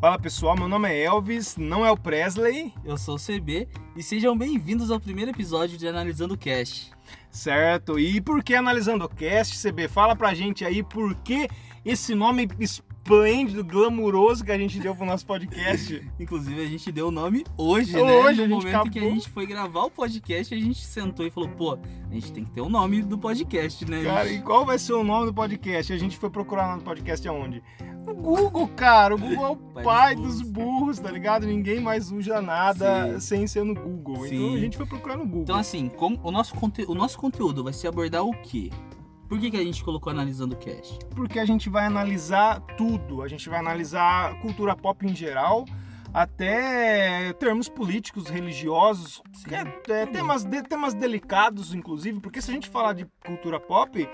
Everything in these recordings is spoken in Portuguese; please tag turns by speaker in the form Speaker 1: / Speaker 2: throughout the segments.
Speaker 1: Fala pessoal, meu nome é Elvis, não é o Presley,
Speaker 2: Eu sou o CB e sejam bem-vindos ao primeiro episódio de Analisando o Cash.
Speaker 1: certo? E por que analisando o cast, CB? Fala pra gente aí por que esse nome esplêndido, glamuroso que a gente deu pro nosso podcast.
Speaker 2: Inclusive, a gente deu o nome hoje,
Speaker 1: Hoje,
Speaker 2: né?
Speaker 1: a gente
Speaker 2: no momento que a
Speaker 1: acabou.
Speaker 2: gente foi gravar o podcast, a gente sentou e falou, pô, a gente tem que ter o nome do podcast, né?
Speaker 1: Cara, e qual vai ser o nome do podcast? A gente foi procurar o nome do podcast aonde? No Google, cara. O Google é o
Speaker 2: Pai dos
Speaker 1: pai dos
Speaker 2: burros.
Speaker 1: burros, tá ligado? Ninguém mais usa nada
Speaker 2: Sim.
Speaker 1: sem ser no Google. Então
Speaker 2: Sim.
Speaker 1: a gente foi procurar no Google.
Speaker 2: Então, assim, como o, nosso conte- o nosso conteúdo vai se abordar o quê? Por que, que a gente colocou Analisando o Cash?
Speaker 1: porque a gente vai analisar tudo. A gente vai analisar cultura pop em geral, até termos políticos, religiosos,
Speaker 2: Sim.
Speaker 1: é, é, temas, de- temas delicados, inclusive, porque se a gente falar de cultura pop,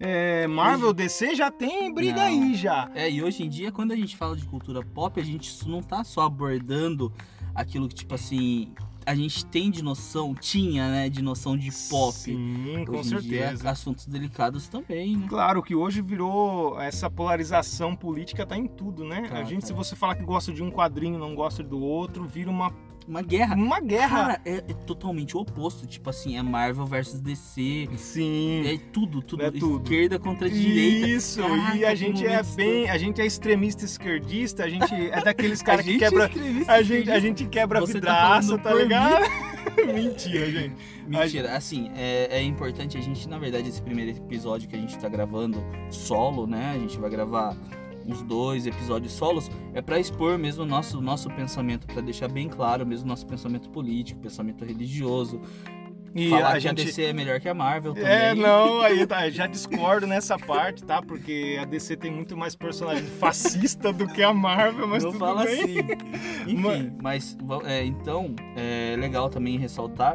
Speaker 1: é, Marvel, DC já tem briga
Speaker 2: Não.
Speaker 1: aí já.
Speaker 2: É, e hoje em dia, quando a gente fala de cultura pop, a gente não tá só abordando aquilo que, tipo assim, a gente tem de noção, tinha, né, de noção de pop.
Speaker 1: Sim, com
Speaker 2: Hoje em dia,
Speaker 1: certeza.
Speaker 2: assuntos delicados também, né?
Speaker 1: Claro que hoje virou essa polarização política tá em tudo, né?
Speaker 2: Tá,
Speaker 1: a gente,
Speaker 2: tá.
Speaker 1: se você falar que gosta de um quadrinho, não gosta do outro, vira uma,
Speaker 2: Uma guerra.
Speaker 1: uma guerra.
Speaker 2: Cara, é, é totalmente o oposto. Tipo assim, é Marvel versus DC.
Speaker 1: Sim.
Speaker 2: É tudo, tudo.
Speaker 1: É tudo.
Speaker 2: Esquerda contra direita.
Speaker 1: Isso, e
Speaker 2: Caraca,
Speaker 1: a
Speaker 2: que
Speaker 1: gente é
Speaker 2: momento
Speaker 1: bem. A gente é extremista esquerdista, a gente é daqueles
Speaker 2: A
Speaker 1: caras que
Speaker 2: gente
Speaker 1: quebra.
Speaker 2: escreveu
Speaker 1: A
Speaker 2: isso,
Speaker 1: gente, a gente quebra
Speaker 2: Você tá
Speaker 1: vidraça,
Speaker 2: falando
Speaker 1: tá
Speaker 2: por
Speaker 1: ligado? Mentira, gente.
Speaker 2: Mentira, assim, é, é importante a gente, na verdade, esse primeiro episódio que a gente tá gravando solo, né? A gente vai gravar uns dois episódios solos, é pra expor mesmo o nosso, nosso pensamento, pra deixar bem claro mesmo o nosso pensamento político, pensamento religioso.
Speaker 1: E
Speaker 2: falar
Speaker 1: a
Speaker 2: que a
Speaker 1: gente.
Speaker 2: DC é melhor que a Marvel também.
Speaker 1: É, não, aí tá, já discordo nessa parte, tá? Porque a DC tem muito mais personagem fascista do que a Marvel, mas
Speaker 2: não
Speaker 1: tudo
Speaker 2: fala
Speaker 1: bem.
Speaker 2: assim. Enfim,
Speaker 1: Mano.
Speaker 2: mas va- é, então é legal também ressaltar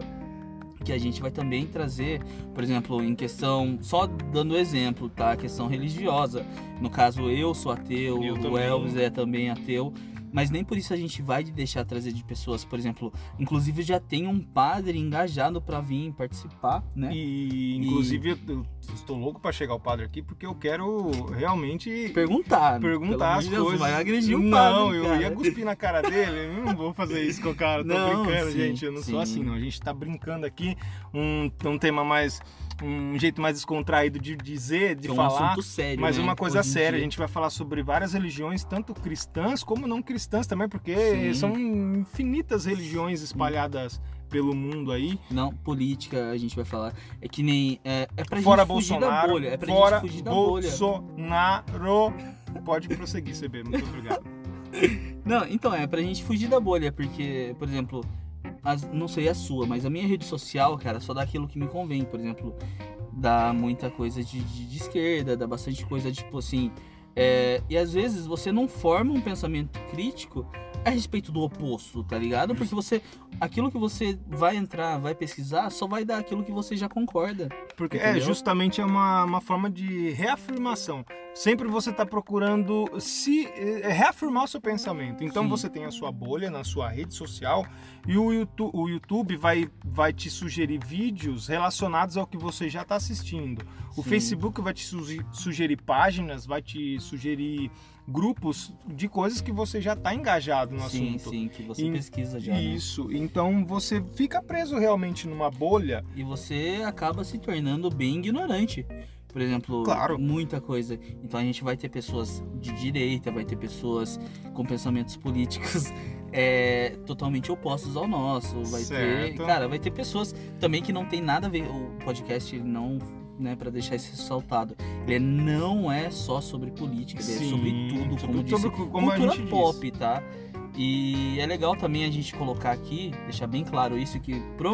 Speaker 2: que a gente vai também trazer, por exemplo, em questão, só dando exemplo, tá? A questão religiosa. No caso, eu sou ateu,
Speaker 1: Eu
Speaker 2: o
Speaker 1: também.
Speaker 2: Elvis é também ateu. Mas nem por isso a gente vai deixar trazer de pessoas, por exemplo, inclusive já tem um padre engajado pra vir participar, né?
Speaker 1: E, inclusive, eu- eu estou louco pra chegar ao padre aqui, porque eu quero realmente
Speaker 2: Perguntar. né? pelo
Speaker 1: perguntar
Speaker 2: amor
Speaker 1: as
Speaker 2: de Deus,
Speaker 1: coisas.
Speaker 2: Vai agredir o padre,
Speaker 1: Não, eu
Speaker 2: cara.
Speaker 1: ia cuspir na cara dele. Eu não vou fazer isso com o cara. Tô
Speaker 2: Não,
Speaker 1: brincando,
Speaker 2: sim,
Speaker 1: gente. Eu não sou
Speaker 2: sim.
Speaker 1: assim, não. A gente tá brincando aqui. Um, um tema mais. Um jeito mais descontraído de dizer, de
Speaker 2: Que é um
Speaker 1: falar.
Speaker 2: assunto sério,
Speaker 1: Mas
Speaker 2: né?
Speaker 1: uma coisa
Speaker 2: Hoje em
Speaker 1: séria, a
Speaker 2: dia.
Speaker 1: gente vai falar sobre várias religiões, tanto cristãs como não cristãs também, porque
Speaker 2: Sim.
Speaker 1: são infinitas religiões espalhadas pelo mundo aí.
Speaker 2: Não, política a gente vai falar. É que nem. É, é pra
Speaker 1: fora
Speaker 2: gente fugir da
Speaker 1: Bolsonaro,
Speaker 2: bolha. É pra
Speaker 1: fora
Speaker 2: gente fugir da bolha.
Speaker 1: Bolsonaro. Pode prosseguir, CB, muito obrigado.
Speaker 2: Não, então, é pra gente fugir da bolha, porque, por exemplo, as- não sei a sua, mas a minha rede social, cara, só dá aquilo que me convém. Por exemplo, dá muita coisa de, de- de esquerda, dá bastante coisa, tipo assim. é, e às vezes você não forma um pensamento crítico a respeito do oposto, tá ligado? Porque você. Aquilo que você vai entrar, vai pesquisar, só vai dar aquilo que você já concorda.
Speaker 1: Porque é
Speaker 2: Entendeu?
Speaker 1: justamente é uma, uma forma de reafirmação. Sempre você está procurando se eh, reafirmar o seu pensamento. Então
Speaker 2: Sim.
Speaker 1: você tem a sua bolha na sua rede social e o YouTube, o YouTube vai, vai te sugerir vídeos relacionados ao que você já está assistindo. O
Speaker 2: Sim.
Speaker 1: Facebook vai te sugi- sugerir páginas, vai te sugerir grupos de coisas que você já está engajado no
Speaker 2: sim,
Speaker 1: assunto.
Speaker 2: sim, que você
Speaker 1: E-
Speaker 2: pesquisa já. né?
Speaker 1: Isso. Então você fica preso realmente numa bolha.
Speaker 2: E você acaba se tornando bem ignorante. Por exemplo,
Speaker 1: Claro.
Speaker 2: muita coisa. Então a gente vai ter pessoas de direita, vai ter pessoas com pensamentos políticos é, totalmente opostos ao nosso. Vai
Speaker 1: Certo.
Speaker 2: ter. Cara, vai ter pessoas também que não tem nada a ver. O podcast ele não. Né, para deixar isso ressaltado. Ele não é só sobre política, ele é sobre tudo, como
Speaker 1: sobre,
Speaker 2: disse
Speaker 1: sobre cu- como a
Speaker 2: cultura
Speaker 1: gente disse.
Speaker 2: pop, tá? E é legal também a gente colocar aqui, deixar bem claro isso, que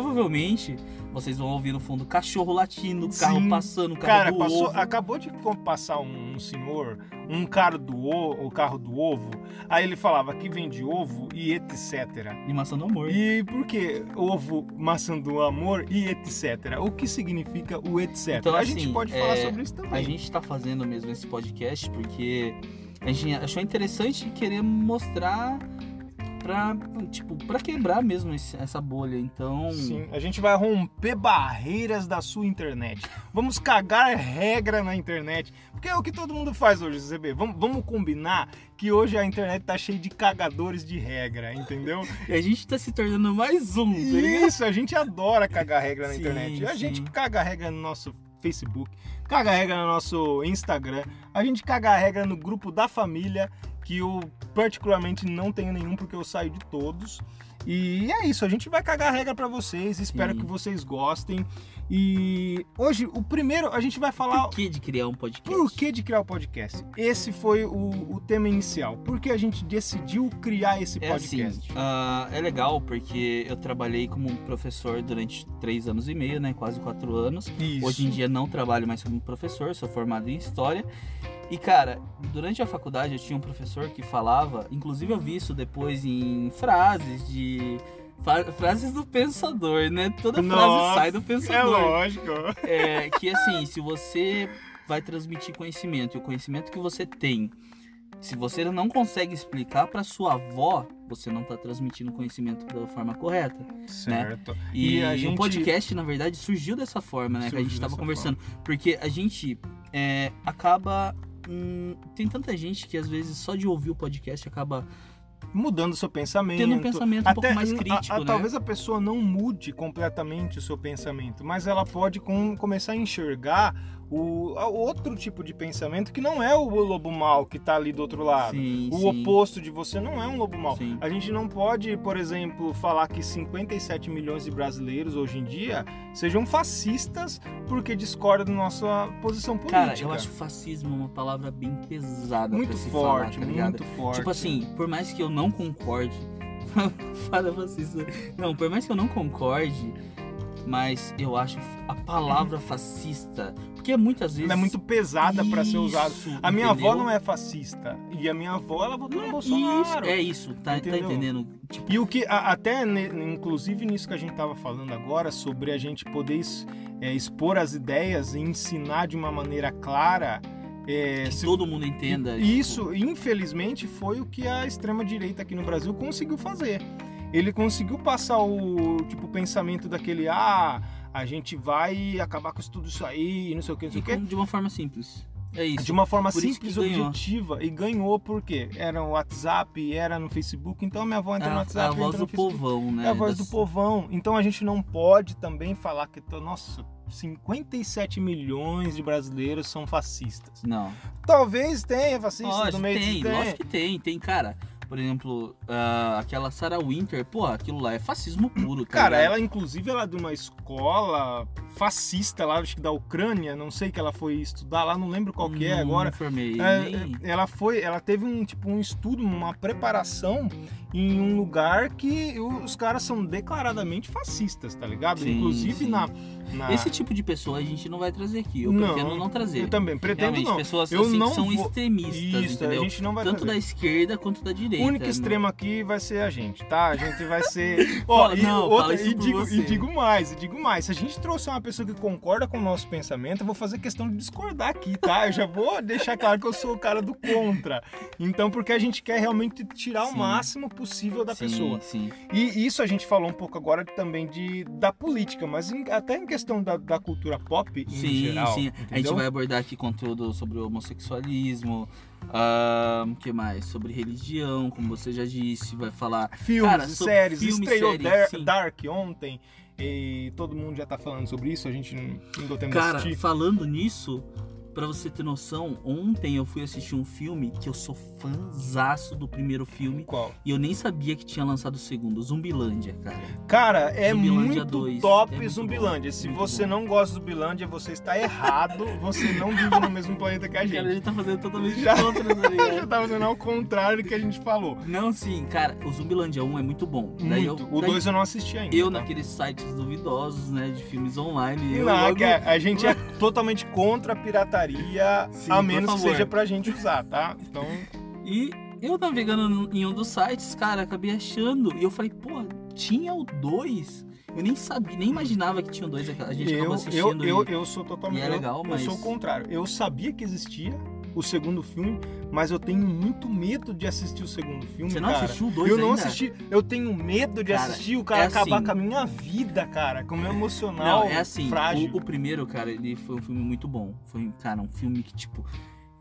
Speaker 2: provavelmente vocês vão ouvir no fundo cachorro latindo, carro
Speaker 1: Sim.
Speaker 2: passando, carro
Speaker 1: Cara,
Speaker 2: do
Speaker 1: passou-
Speaker 2: ovo.
Speaker 1: acabou de co- passar um, um senhor, um carro do ovo, o carro do ovo. Aí ele falava que vende ovo e etc.
Speaker 2: Animação do amor.
Speaker 1: E por que ovo, maçã do amor e etc? O que significa o etc?
Speaker 2: Então,
Speaker 1: a gente
Speaker 2: assim,
Speaker 1: pode falar
Speaker 2: é,
Speaker 1: sobre isso também.
Speaker 2: A gente tá fazendo mesmo esse podcast porque a gente achou interessante querer mostrar pra, tipo, pra quebrar mesmo esse- essa bolha. Então.
Speaker 1: Sim, a gente vai romper barreiras da sua internet. Vamos cagar regra na internet. Porque é o que todo mundo faz hoje, ZB. Vamos, vamos combinar que hoje a internet tá cheia de cagadores de regra, entendeu?
Speaker 2: E a gente tá se tornando mais um, tá ligado?
Speaker 1: Então, é Isso, a gente adora cagar regra na
Speaker 2: Sim,
Speaker 1: internet. A
Speaker 2: sim.
Speaker 1: gente caga regra no nosso Facebook, caga regra no nosso Instagram, a gente caga regra no grupo da família, que eu particularmente não tenho nenhum porque eu saio de todos. E é isso, a gente vai cagar regra pra vocês, espero
Speaker 2: Sim.
Speaker 1: que vocês gostem. E hoje, o primeiro, a gente vai falar
Speaker 2: Por que de criar um podcast?
Speaker 1: por que de criar o podcast. Esse foi o, o tema inicial. Por que a gente decidiu criar esse
Speaker 2: É assim,
Speaker 1: podcast?
Speaker 2: ah, é legal porque eu trabalhei como professor durante três anos e meio, né? Quase quatro anos.
Speaker 1: Isso.
Speaker 2: Hoje em dia não trabalho mais como professor, sou formado em história. E cara, durante a faculdade eu tinha um professor que falava, inclusive eu vi isso depois em frases de fra- frases do pensador, né? Toda frase
Speaker 1: Nossa,
Speaker 2: sai do
Speaker 1: É
Speaker 2: pensador.
Speaker 1: lógico.
Speaker 2: É, que assim, se você vai transmitir conhecimento, e o conhecimento que você tem, se você não consegue explicar para sua avó, você não tá transmitindo conhecimento da forma correta.
Speaker 1: Certo.
Speaker 2: E,
Speaker 1: E a gente-
Speaker 2: o podcast, na verdade, surgiu dessa forma, né? que a
Speaker 1: Surgiu
Speaker 2: gente tava
Speaker 1: dessa
Speaker 2: conversando. Porque a gente é, acaba. hum, tem tanta gente que às vezes só de ouvir o podcast acaba
Speaker 1: Mudando seu pensamento.
Speaker 2: tendo um pensamento um pouco mais crítico,
Speaker 1: a- a-
Speaker 2: né?
Speaker 1: Talvez a pessoa não mude completamente o seu pensamento, mas ela pode com- começar a enxergar o a- outro tipo de pensamento que não é o lobo mal que tá ali do outro lado.
Speaker 2: Sim,
Speaker 1: O
Speaker 2: sim,
Speaker 1: oposto de você não é um lobo mal.
Speaker 2: Sim.
Speaker 1: A gente não pode, por exemplo, falar que 57 milhões de brasileiros hoje em dia sejam fascistas porque discordam da nossa posição política.
Speaker 2: Cara, eu acho fascismo uma palavra bem pesada.
Speaker 1: muito
Speaker 2: pra se
Speaker 1: forte,
Speaker 2: falar, tá ligado?
Speaker 1: muito forte.
Speaker 2: Tipo assim, por mais que eu não concorde. Fala fascista. Não, por mais que eu não concorde, mas eu acho a palavra fascista. Porque muitas vezes.
Speaker 1: ela é muito pesada pra ser usada.
Speaker 2: Isso,
Speaker 1: A minha avó
Speaker 2: entendeu?
Speaker 1: não é fascista. E a minha avó, ela votou no
Speaker 2: Isso,
Speaker 1: Bolsonaro.
Speaker 2: é isso, tá, tá
Speaker 1: Entendeu?
Speaker 2: entendendo? Tipo,
Speaker 1: E o que, a- até, ne- inclusive nisso que a gente tava falando agora, sobre a gente poder es- é, expor as ideias e ensinar de uma maneira clara. é,
Speaker 2: que
Speaker 1: se-
Speaker 2: todo mundo entenda. tipo,
Speaker 1: E Isso, infelizmente, foi o que a extrema-direita aqui no Brasil conseguiu fazer. Ele conseguiu passar o tipo pensamento daquele, ah, a gente vai acabar com isso tudo isso aí, e não sei o que, não sei
Speaker 2: tipo,
Speaker 1: o que.
Speaker 2: de uma forma simples. É isso.
Speaker 1: De uma forma
Speaker 2: Por isso
Speaker 1: simples,
Speaker 2: que ganhou.
Speaker 1: objetiva e ganhou porque era no WhatsApp, era no Facebook, então minha avó entra no
Speaker 2: a,
Speaker 1: WhatsApp,
Speaker 2: Ah, a voz
Speaker 1: entra no
Speaker 2: do
Speaker 1: Facebook.
Speaker 2: povão, né?
Speaker 1: É a voz do
Speaker 2: Das-
Speaker 1: povão. Então a gente não pode também falar que, tô- nossa, 57 milhões de brasileiros são fascistas.
Speaker 2: Não.
Speaker 1: Talvez tenha fascista
Speaker 2: Lógico,
Speaker 1: no meio
Speaker 2: tem,
Speaker 1: disso, é. tenha.
Speaker 2: lógico que tem, tem, cara. Por exemplo, ah, aquela Sarah Winter, pô, aquilo lá é fascismo puro, tá
Speaker 1: Cara,
Speaker 2: ligado?
Speaker 1: ela inclusive ela é de uma escola fascista lá, acho que da Ucrânia, não sei que ela foi estudar lá, não lembro qual que é
Speaker 2: Não
Speaker 1: agora.
Speaker 2: me formei,
Speaker 1: É,
Speaker 2: nem-
Speaker 1: é, ela foi, ela teve um tipo um estudo, uma preparação em um lugar que o- os caras são declaradamente fascistas, tá ligado?
Speaker 2: Sim,
Speaker 1: Inclusive
Speaker 2: sim.
Speaker 1: na, na-
Speaker 2: Esse tipo de pessoa a gente não vai trazer aqui. Eu
Speaker 1: ah. Não, então,
Speaker 2: pretendo não trazer.
Speaker 1: eu também pretendo
Speaker 2: Realmente,
Speaker 1: não.
Speaker 2: pessoas
Speaker 1: Eu
Speaker 2: assim
Speaker 1: não
Speaker 2: que são
Speaker 1: vou-
Speaker 2: extremistas,
Speaker 1: Isso, a
Speaker 2: entendeu?
Speaker 1: gente não vai
Speaker 2: Tanto
Speaker 1: trazer.
Speaker 2: da esquerda quanto da direita.
Speaker 1: O único
Speaker 2: né?
Speaker 1: extremo aqui vai ser a gente, tá? A gente vai ser. Ó,
Speaker 2: Fala-
Speaker 1: e,
Speaker 2: não,
Speaker 1: outra-
Speaker 2: fala isso
Speaker 1: e
Speaker 2: por
Speaker 1: digo,
Speaker 2: você.
Speaker 1: e digo mais, e digo mais. Se a gente trouxer uma pessoa que concorda com o nosso pensamento, eu vou fazer questão de discordar aqui, tá? Eu já vou deixar claro que eu sou o cara do contra. Então, porque a gente quer realmente tirar o
Speaker 2: Sim.
Speaker 1: máximo possível da
Speaker 2: Sim,
Speaker 1: pessoa.
Speaker 2: Sim.
Speaker 1: E isso a gente falou um pouco agora também de, da política, mas em- até em questão da, da cultura pop em
Speaker 2: Sim,
Speaker 1: geral.
Speaker 2: sim. A gente
Speaker 1: entendeu?
Speaker 2: vai abordar aqui conteúdo sobre o homossexualismo, ahn, que mais? Sobre religião, como você já disse, vai falar.
Speaker 1: Filmes,
Speaker 2: Cara, sobre
Speaker 1: séries,
Speaker 2: filme,
Speaker 1: estreou
Speaker 2: série,
Speaker 1: Dar-
Speaker 2: sim.
Speaker 1: Dark ontem e todo mundo já tá falando sobre isso, a gente não, não deu tempo
Speaker 2: Cara,
Speaker 1: de assistir.
Speaker 2: falando nisso, pra você ter noção, ontem eu fui assistir um filme que eu sou fãzaço do primeiro filme
Speaker 1: Qual?
Speaker 2: e eu nem sabia que tinha lançado o segundo, Zumbilândia, cara.
Speaker 1: Cara, é
Speaker 2: Zumbilândia
Speaker 1: muito
Speaker 2: 2,
Speaker 1: top
Speaker 2: é muito
Speaker 1: Zumbilândia.
Speaker 2: bom,
Speaker 1: Se
Speaker 2: muito
Speaker 1: você
Speaker 2: bom.
Speaker 1: não gosta de Zumbilândia, você está errado, você não vive no mesmo planeta que a
Speaker 2: Cara, a
Speaker 1: É, gente.
Speaker 2: gente tá fazendo totalmente
Speaker 1: Já-
Speaker 2: contra, tá
Speaker 1: Eu já
Speaker 2: ligado?
Speaker 1: tava fazendo ao contrário do que a gente falou.
Speaker 2: Não, sim, cara, o Zumbilândia 1 é muito bom. Daí eu,
Speaker 1: Muito. O
Speaker 2: daí
Speaker 1: 2 eu não assisti ainda.
Speaker 2: eu
Speaker 1: tá?
Speaker 2: naqueles sites duvidosos, né, de filmes online. eu
Speaker 1: Não,
Speaker 2: logo-
Speaker 1: cara, a gente é totalmente contra a pirataria,
Speaker 2: Sim,
Speaker 1: a
Speaker 2: por
Speaker 1: menos que
Speaker 2: favor.
Speaker 1: seja pra gente usar, tá? Então,
Speaker 2: E eu navegando num- em um dos sites, cara, acabei achando. E eu falei, pô, tinha o 2? Eu nem sabia, nem imaginava que tinha o 2. A gente acabou
Speaker 1: eu, eu,
Speaker 2: assistindo.
Speaker 1: eu,
Speaker 2: e-
Speaker 1: eu sou totalmente.
Speaker 2: e é legal,
Speaker 1: eu,
Speaker 2: mas-
Speaker 1: eu sou o contrário. Eu sabia que existia, o segundo filme, mas eu tenho muito medo de assistir o segundo filme,
Speaker 2: Você não
Speaker 1: cara.
Speaker 2: assistiu o dois
Speaker 1: Eu não
Speaker 2: ainda?
Speaker 1: assisti, eu tenho medo de
Speaker 2: Cara,
Speaker 1: assistir o cara
Speaker 2: é
Speaker 1: acabar
Speaker 2: assim.
Speaker 1: com a minha vida, cara, com o meu emocional
Speaker 2: Não, é assim,
Speaker 1: frágil.
Speaker 2: o, o primeiro, cara, ele foi um filme muito bom. Foi, cara, um filme que, tipo,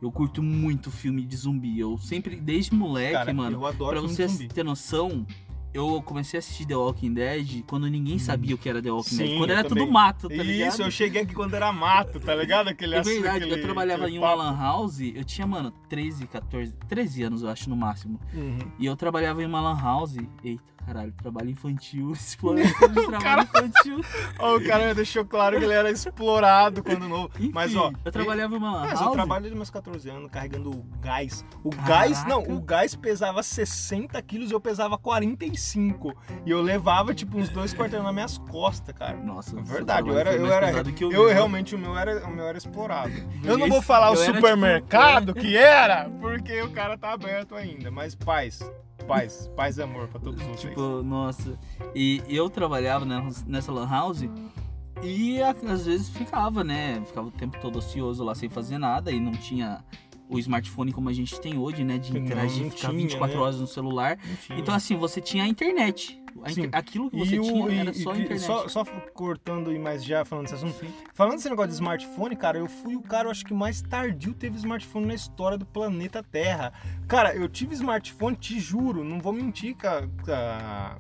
Speaker 2: eu curto muito filme de zumbi. Eu sempre, desde moleque,
Speaker 1: cara,
Speaker 2: mano,
Speaker 1: eu adoro
Speaker 2: pra
Speaker 1: filme
Speaker 2: você
Speaker 1: de zumbi.
Speaker 2: ter noção, eu comecei a assistir The Walking Dead quando ninguém sabia o que era The Walking
Speaker 1: Hum. Sim,
Speaker 2: Dead. Quando
Speaker 1: eu
Speaker 2: era
Speaker 1: também.
Speaker 2: tudo mato, tá ligado?
Speaker 1: Isso, eu cheguei aqui quando era mato, tá ligado? Aquele
Speaker 2: É
Speaker 1: açúcar,
Speaker 2: verdade, eu
Speaker 1: aquele-
Speaker 2: trabalhava
Speaker 1: aquele
Speaker 2: em uma
Speaker 1: papo.
Speaker 2: lan house, eu tinha, mano, 13, 14, 13 anos, eu acho, no máximo.
Speaker 1: Uhum.
Speaker 2: E eu trabalhava em uma lan house, eita, caralho, trabalho infantil, esse planeta de trabalho infantil.
Speaker 1: Ó, o cara deixou claro que ele era explorado quando novo.
Speaker 2: Enfim,
Speaker 1: Mas, ó,
Speaker 2: eu trabalhava em uma lan
Speaker 1: Mas
Speaker 2: house.
Speaker 1: eu trabalho desde meus 14 anos carregando gás. O
Speaker 2: Caraca.
Speaker 1: gás, não, o gás pesava 60 quilos, eu pesava 45. E eu levava, tipo, uns dois quarteirões nas minhas costas, cara.
Speaker 2: Nossa,
Speaker 1: É
Speaker 2: seu
Speaker 1: verdade, eu
Speaker 2: trabalho
Speaker 1: era-
Speaker 2: foi
Speaker 1: eu
Speaker 2: mais
Speaker 1: era-
Speaker 2: pesado que o
Speaker 1: Eu
Speaker 2: meu.
Speaker 1: realmente, o meu era, o meu era explorado.
Speaker 2: Porque
Speaker 1: Eu não
Speaker 2: esse-
Speaker 1: vou falar o
Speaker 2: eu era, tipo,
Speaker 1: supermercado que era, porque o cara tá aberto ainda. Mas paz, paz, paz e amor pra todos vocês.
Speaker 2: Tipo, nossa. E eu trabalhava né, nessa lan house e a- às vezes ficava, né? Ficava o tempo todo ocioso lá sem fazer nada e não tinha o smartphone como a gente tem hoje, né? De
Speaker 1: Não,
Speaker 2: interagir,
Speaker 1: não
Speaker 2: ficar
Speaker 1: tinha,
Speaker 2: 24
Speaker 1: né?
Speaker 2: horas no celular.
Speaker 1: Enfim.
Speaker 2: Então, assim, você tinha a internet. A
Speaker 1: Sim.
Speaker 2: inter- Aquilo que você
Speaker 1: o-
Speaker 2: tinha era só a
Speaker 1: que-
Speaker 2: internet. né?
Speaker 1: Só, só cortando e mais já falando desse assunto. Falando desse negócio de smartphone, cara, eu fui o cara, eu acho que mais tardio teve smartphone na história do planeta Terra. Cara, eu tive smartphone, te juro, não vou mentir, cara. ca-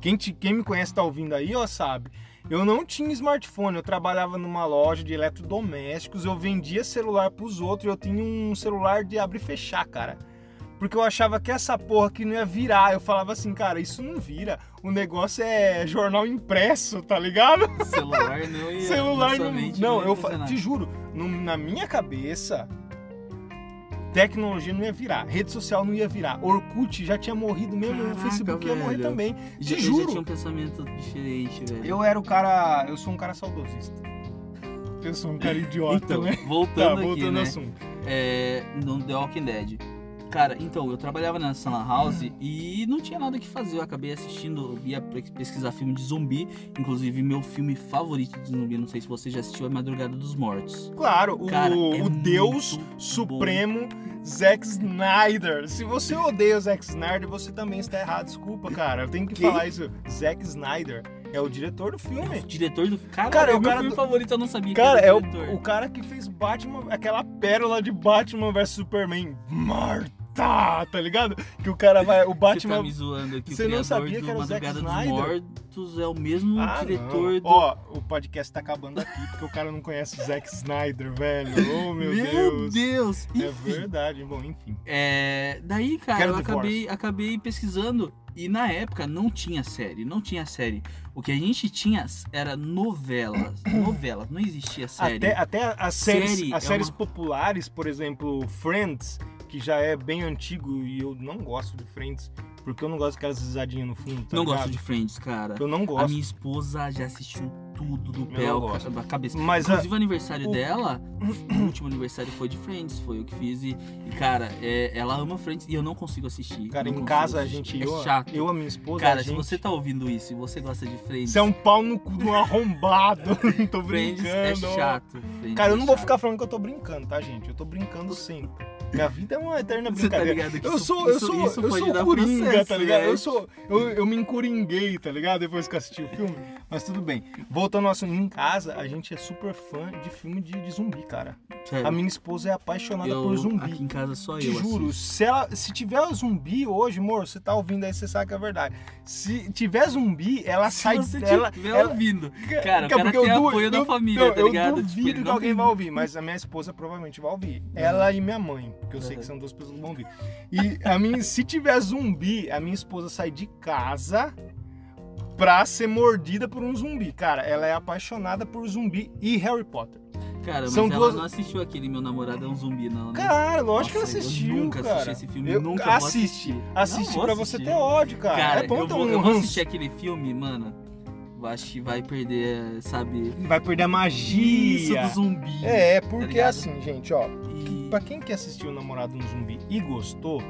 Speaker 1: Quem, te- quem me conhece tá ouvindo aí, ó, sabe. Eu não tinha smartphone, eu trabalhava numa loja de eletrodomésticos, eu vendia celular pros outros, eu tinha um celular de abrir e fechar, cara. Porque eu achava que essa porra que não ia virar. Eu falava assim, cara, isso não vira. O negócio é jornal impresso, tá ligado?
Speaker 2: Celular É, não ia.
Speaker 1: Celular
Speaker 2: na sua
Speaker 1: não.
Speaker 2: mente
Speaker 1: Não,
Speaker 2: ia
Speaker 1: eu fa-
Speaker 2: funcionar.
Speaker 1: te juro, no- na minha cabeça, tecnologia não ia virar, rede social não ia virar, Orkut já tinha morrido mesmo, o
Speaker 2: Caraca,
Speaker 1: Facebook ia morrer
Speaker 2: velho.
Speaker 1: também.
Speaker 2: Já-
Speaker 1: te
Speaker 2: eu
Speaker 1: juro.
Speaker 2: Já tinha um pensamento diferente, velho.
Speaker 1: Eu era o cara. Eu sou um cara saudosista. Eu sou um cara idiota,
Speaker 2: Então,
Speaker 1: né?
Speaker 2: voltando
Speaker 1: tá,
Speaker 2: aqui,
Speaker 1: voltando
Speaker 2: né?
Speaker 1: ao assunto.
Speaker 2: é, no The Walking Dead. Cara, então, eu trabalhava nessa lan house e não tinha nada que fazer. Eu acabei assistindo, eu ia pe- pesquisar filme de zumbi. Inclusive, meu filme favorito de zumbi, não sei se você já assistiu, é Madrugada dos Mortos.
Speaker 1: Claro, o,
Speaker 2: Cara, é
Speaker 1: o
Speaker 2: muito
Speaker 1: Deus
Speaker 2: bom.
Speaker 1: Supremo Zack Snyder. Se você odeia o Zack Snyder, você também está errado. Desculpa, cara. Eu tenho que
Speaker 2: Quem?
Speaker 1: falar isso. Zack Snyder é o diretor do
Speaker 2: É
Speaker 1: filme.
Speaker 2: o diretor do Cara,
Speaker 1: Cara, é
Speaker 2: é
Speaker 1: o
Speaker 2: o meu
Speaker 1: cara
Speaker 2: filme
Speaker 1: do-
Speaker 2: favorito, eu não sabia
Speaker 1: Cara,
Speaker 2: que
Speaker 1: é
Speaker 2: era
Speaker 1: o,
Speaker 2: o diretor.
Speaker 1: o cara que fez Batman, aquela pérola de Batman vs Superman. Marta, tá ligado? Que o cara vai. O
Speaker 2: Você tá
Speaker 1: Batman.
Speaker 2: me zoando aqui,
Speaker 1: Você
Speaker 2: o
Speaker 1: não
Speaker 2: criador
Speaker 1: sabia
Speaker 2: do
Speaker 1: que era o Zack
Speaker 2: Madrugada dos
Speaker 1: Snyder?
Speaker 2: Mortos é o mesmo
Speaker 1: Ah,
Speaker 2: diretor
Speaker 1: não.
Speaker 2: do...
Speaker 1: Ó, o podcast tá acabando aqui porque o cara não conhece o Zack Snyder, velho. Oh, meu, Deus.
Speaker 2: Deus!
Speaker 1: É
Speaker 2: Enfim,
Speaker 1: verdade. Bom, enfim.
Speaker 2: É, daí, cara,
Speaker 1: Quero
Speaker 2: eu
Speaker 1: divórcio.
Speaker 2: acabei, acabei pesquisando e na época não tinha série, não tinha série. O que a gente tinha era novelas, novelas, não existia série.
Speaker 1: Até, até as séries,
Speaker 2: Série
Speaker 1: as
Speaker 2: é
Speaker 1: séries
Speaker 2: uma-
Speaker 1: populares, por exemplo, Friends, que já é bem antigo e eu não gosto de Friends, porque eu não gosto daquelas risadinhas no fundo, tá
Speaker 2: não
Speaker 1: ligado?
Speaker 2: gosto de Friends, cara.
Speaker 1: Eu não
Speaker 2: A
Speaker 1: gosto.
Speaker 2: minha esposa já assistiu tudo do
Speaker 1: Eu
Speaker 2: pé
Speaker 1: não
Speaker 2: ao
Speaker 1: gosto.
Speaker 2: ca- da cabeça.
Speaker 1: Mas a-
Speaker 2: Inclusive o aniversário
Speaker 1: o-
Speaker 2: dela, o último aniversário foi de Friends, foi eu que fiz. E, e, cara, é, ela ama Friends e eu não consigo assistir.
Speaker 1: ah, Cara,
Speaker 2: não
Speaker 1: em
Speaker 2: consigo
Speaker 1: casa a
Speaker 2: assistir.
Speaker 1: gente,
Speaker 2: é
Speaker 1: eu,
Speaker 2: chato.
Speaker 1: eu, a minha esposa,
Speaker 2: cara,
Speaker 1: a
Speaker 2: se
Speaker 1: gente...
Speaker 2: você tá ouvindo isso e você gosta de Friends,
Speaker 1: Você é um pau no cu de um arrombado, não tô
Speaker 2: Friends
Speaker 1: brincando.
Speaker 2: é chato. Friends
Speaker 1: Cara, eu
Speaker 2: é
Speaker 1: não vou
Speaker 2: chato.
Speaker 1: ficar falando que eu tô brincando, tá, gente? Eu tô brincando sempre. Minha vida é uma eterna
Speaker 2: Você tá
Speaker 1: brincadeira.
Speaker 2: ligado que
Speaker 1: Eu
Speaker 2: isso-
Speaker 1: sou, eu
Speaker 2: isso-
Speaker 1: sou,
Speaker 2: isso
Speaker 1: eu
Speaker 2: pode
Speaker 1: sou
Speaker 2: dar
Speaker 1: coringa,
Speaker 2: processo,
Speaker 1: tá ligado?
Speaker 2: né?
Speaker 1: Eu sou, eu, eu me encoringuei, tá ligado? Depois que eu assisti o filme. Mas tudo bem. Voltando ao assunto, em casa, a gente é super fã de filme de, de zumbi, cara.
Speaker 2: Sério,
Speaker 1: A minha esposa é apaixonada
Speaker 2: eu-
Speaker 1: por zumbi.
Speaker 2: Aqui em casa só
Speaker 1: Te
Speaker 2: eu assim.
Speaker 1: juro,
Speaker 2: assisto.
Speaker 1: se, ela, se tiver zumbi hoje, amor, você tá ouvindo aí, você sabe que é verdade. Se tiver zumbi, ela
Speaker 2: Se
Speaker 1: sai
Speaker 2: você
Speaker 1: dela.
Speaker 2: tiver
Speaker 1: ela-
Speaker 2: ouvindo. Cara, o
Speaker 1: Porque
Speaker 2: cara tem
Speaker 1: eu du-
Speaker 2: apoio da
Speaker 1: eu-
Speaker 2: família,
Speaker 1: não,
Speaker 2: tá ligado?
Speaker 1: Eu
Speaker 2: Tipo,
Speaker 1: duvido
Speaker 2: ele
Speaker 1: que
Speaker 2: não
Speaker 1: alguém
Speaker 2: tem-
Speaker 1: vai ouvir, mas a minha esposa provavelmente vai ouvir. Ela e minha mãe, porque eu sei que
Speaker 2: Uhum.
Speaker 1: são duas pessoas que vão ouvir. E a minha, se tiver zumbi, a minha esposa sai de casa pra ser mordida por um zumbi. Cara, ela é apaixonada por zumbi e Harry Potter.
Speaker 2: Uhum. Cara, mas
Speaker 1: São
Speaker 2: ela
Speaker 1: duas-
Speaker 2: não assistiu aquele Meu Namorado é um Zumbi, não. né?
Speaker 1: Cara, lógico
Speaker 2: Nossa,
Speaker 1: que ela assistiu,
Speaker 2: Eu nunca
Speaker 1: cara.
Speaker 2: assisti esse filme,
Speaker 1: Eu-
Speaker 2: nunca vou
Speaker 1: assiste.
Speaker 2: assistir.
Speaker 1: Assiste
Speaker 2: Não vou
Speaker 1: pra você
Speaker 2: assistir.
Speaker 1: ter ódio, cara.
Speaker 2: Cara,
Speaker 1: é bom
Speaker 2: eu
Speaker 1: ter
Speaker 2: vou,
Speaker 1: um
Speaker 2: eu vou
Speaker 1: ranço.
Speaker 2: assistir aquele filme, mano. eu Acho que vai perder, sabe...
Speaker 1: Vai perder a
Speaker 2: Isso
Speaker 1: magia.
Speaker 2: do zumbi. Tá
Speaker 1: É, é porque
Speaker 2: ligado?
Speaker 1: assim, gente, ó.
Speaker 2: E...
Speaker 1: Pra quem que assistiu O Namorado no Zumbi e gostou,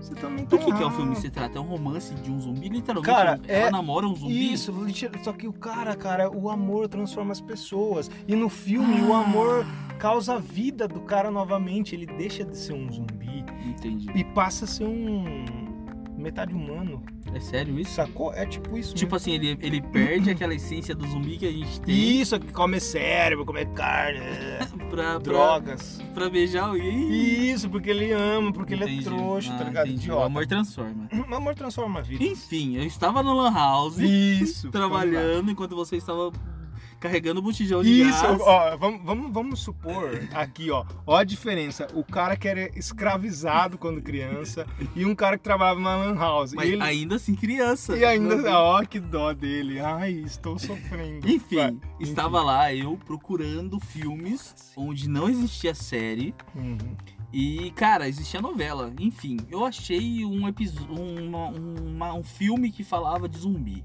Speaker 1: você também tá
Speaker 2: Do que, que é o
Speaker 1: errado.
Speaker 2: filme que se trata? É um romance de um zumbi? Literalmente,
Speaker 1: Cara,
Speaker 2: ela
Speaker 1: é-
Speaker 2: namora um zumbi?
Speaker 1: Isso,
Speaker 2: Ah.
Speaker 1: só que o cara, cara, o amor transforma as pessoas. E no filme, o amor causa a vida do cara novamente. Ele deixa de ser um zumbi
Speaker 2: Entendi.
Speaker 1: e passa a ser um metade humano.
Speaker 2: É sério isso?
Speaker 1: Sacou? É tipo isso.
Speaker 2: Tipo assim, ele, ele perde aquela essência do zumbi que a gente tem
Speaker 1: mesmo. Isso, que come cérebro, come carne,
Speaker 2: pra, pra,
Speaker 1: drogas.
Speaker 2: pra beijar alguém.
Speaker 1: Isso, porque ele ama, porque ele é trouxa, tá ligado?
Speaker 2: Ah, O
Speaker 1: Idiota.
Speaker 2: amor transforma.
Speaker 1: O amor transforma a vida.
Speaker 2: Enfim, eu estava no Lan House,
Speaker 1: Isso. vamos lá.
Speaker 2: trabalhando, enquanto você estava carregando o botijão de
Speaker 1: Isso,
Speaker 2: gás.
Speaker 1: ó, vamos, vamos, vamos supor aqui, ó. Ó a diferença. O cara que era escravizado quando criança e um cara que trabalhava na lan house.
Speaker 2: Mas
Speaker 1: e, ele-
Speaker 2: ainda é assim, criança.
Speaker 1: e ainda, Ah, ó, que dó dele. Ai, estou sofrendo.
Speaker 2: Enfim,
Speaker 1: Vai.
Speaker 2: estava lá eu procurando filmes onde não existia série.
Speaker 1: Uhum.
Speaker 2: E, cara, existia novela. Enfim, eu achei um episódio. um filme que falava de zumbi.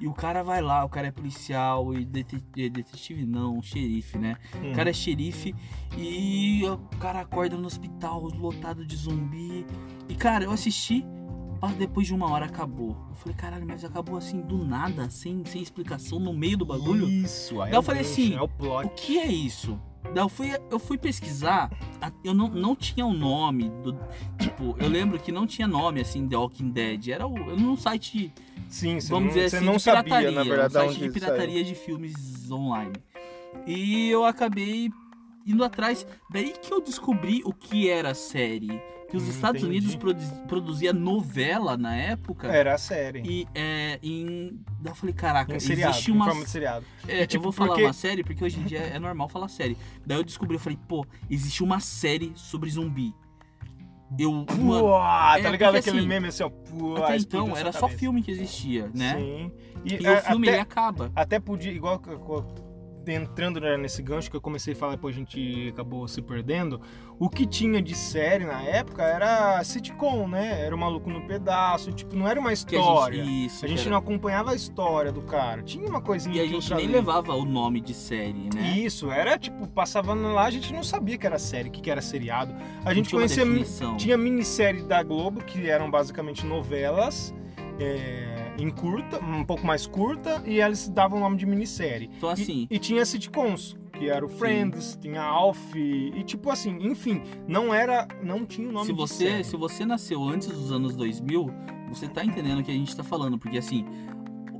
Speaker 2: E o cara vai lá, o cara é policial e dete- eh, detetive não, xerife, né?
Speaker 1: uhum.
Speaker 2: O cara é xerife e o cara acorda no hospital lotado de zumbi. E, cara, eu assisti, mas depois de uma hora acabou. Eu falei, caralho, mas acabou assim do nada, sem, sem explicação, no meio do bagulho.
Speaker 1: Isso, aí
Speaker 2: Daí
Speaker 1: é
Speaker 2: eu
Speaker 1: o
Speaker 2: falei
Speaker 1: gancho,
Speaker 2: assim,
Speaker 1: É o plot.
Speaker 2: O que é isso? Daí eu fui, eu fui pesquisar, a- eu não, não tinha o nome do. Tipo, eu lembro que não tinha nome assim, The Walking Dead. Era o, era um site,
Speaker 1: Sim, você
Speaker 2: vamos
Speaker 1: não,
Speaker 2: dizer
Speaker 1: você
Speaker 2: assim,
Speaker 1: não
Speaker 2: de
Speaker 1: sabia,
Speaker 2: pirataria.
Speaker 1: na verdade,
Speaker 2: um
Speaker 1: onde
Speaker 2: site de
Speaker 1: isso
Speaker 2: pirataria de filmes online. E eu acabei indo atrás. Daí que eu descobri o que era a série. Que os
Speaker 1: Hum,
Speaker 2: Estados
Speaker 1: entendi.
Speaker 2: Unidos produ- produzia novela na época.
Speaker 1: saiu. Era a série.
Speaker 2: E é, em. Daí eu falei, caraca,
Speaker 1: Um seriado,
Speaker 2: existe
Speaker 1: em
Speaker 2: uma
Speaker 1: forma de seriado.
Speaker 2: é,
Speaker 1: tipo,
Speaker 2: eu vou falar
Speaker 1: porque-
Speaker 2: uma série, porque hoje em dia é normal falar série. Daí eu descobri, eu falei, pô, existe uma série sobre zumbi. Eu, mano,
Speaker 1: Pô, tá
Speaker 2: é,
Speaker 1: ligado
Speaker 2: porque
Speaker 1: aquele
Speaker 2: assim,
Speaker 1: meme assim, ó. Pô,
Speaker 2: até
Speaker 1: explodiu
Speaker 2: então
Speaker 1: sua
Speaker 2: era só
Speaker 1: cabeça.
Speaker 2: filme que existia, né?
Speaker 1: Sim. E,
Speaker 2: E
Speaker 1: é,
Speaker 2: o filme
Speaker 1: até,
Speaker 2: ele acaba.
Speaker 1: até podia, igual que eu- que eu- entrando né, nesse gancho que eu comecei a falar depois a gente acabou se perdendo, o que tinha de série na época era sitcom, né? Era o maluco no pedaço, tipo, não era uma
Speaker 2: Que
Speaker 1: história.
Speaker 2: A
Speaker 1: a gente,
Speaker 2: gente, isso, cara.
Speaker 1: não acompanhava a história do cara. Tinha uma coisinha
Speaker 2: E a
Speaker 1: que
Speaker 2: gente
Speaker 1: outra
Speaker 2: nem
Speaker 1: ali.
Speaker 2: levava o nome de série, né?
Speaker 1: Isso, era tipo, passava lá, a gente não sabia que era série, que que era seriado. A
Speaker 2: Não
Speaker 1: gente
Speaker 2: tinha uma
Speaker 1: conhecia
Speaker 2: definição.
Speaker 1: tinha minissérie da Globo, que eram basicamente novelas é, em curta, um pouco mais curta, e elas davam o nome de minissérie.
Speaker 2: Então
Speaker 1: E-
Speaker 2: assim,
Speaker 1: E, tinha sitcoms, que era o Friends, tinha Alf, e tipo assim, enfim, não era. Não tinha o nome
Speaker 2: se
Speaker 1: de
Speaker 2: você,
Speaker 1: série.
Speaker 2: se você nasceu antes dos anos 2000, você tá entendendo o que a gente tá falando, porque assim,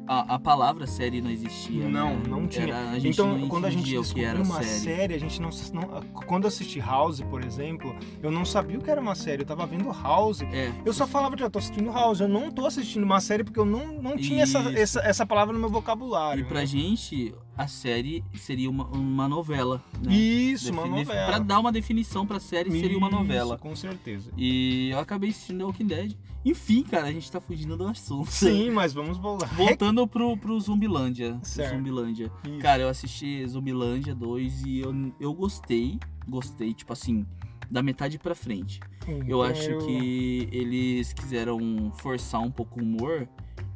Speaker 2: a, a palavra série não existia.
Speaker 1: Não,
Speaker 2: né?
Speaker 1: não tinha.
Speaker 2: Era- a gente
Speaker 1: Então,
Speaker 2: não
Speaker 1: quando a gente
Speaker 2: entendia o que
Speaker 1: descobriu
Speaker 2: era
Speaker 1: uma série.
Speaker 2: série.
Speaker 1: a gente não, não- ah, Quando eu assisti House, por exemplo, eu não sabia o que era uma série. Eu tava vendo House.
Speaker 2: É,
Speaker 1: Eu só falava que eu tô assistindo House, eu não tô assistindo uma série porque eu não, não tinha essa,
Speaker 2: Isso.
Speaker 1: essa, essa palavra no meu
Speaker 2: E
Speaker 1: vocabulário.
Speaker 2: pra gente, a série seria uma, uma novela. Né?
Speaker 1: Isso, uma
Speaker 2: Defini-
Speaker 1: novela.
Speaker 2: Pra dar uma definição pra série, seria uma
Speaker 1: Isso,
Speaker 2: novela.
Speaker 1: Com certeza.
Speaker 2: E eu acabei assistindo The Walking Dead. Enfim, cara, a gente tá fugindo do assunto.
Speaker 1: Sim, mas vamos voltar.
Speaker 2: Voltando pro, pro Zumbilândia. pro
Speaker 1: Certo.
Speaker 2: Zumbilândia.
Speaker 1: Isso.
Speaker 2: Cara, eu assisti Zumbilândia 2 e eu, eu gostei. Gostei, tipo assim, da metade pra frente. Eu
Speaker 1: Então,
Speaker 2: acho que eles quiseram forçar um pouco o humor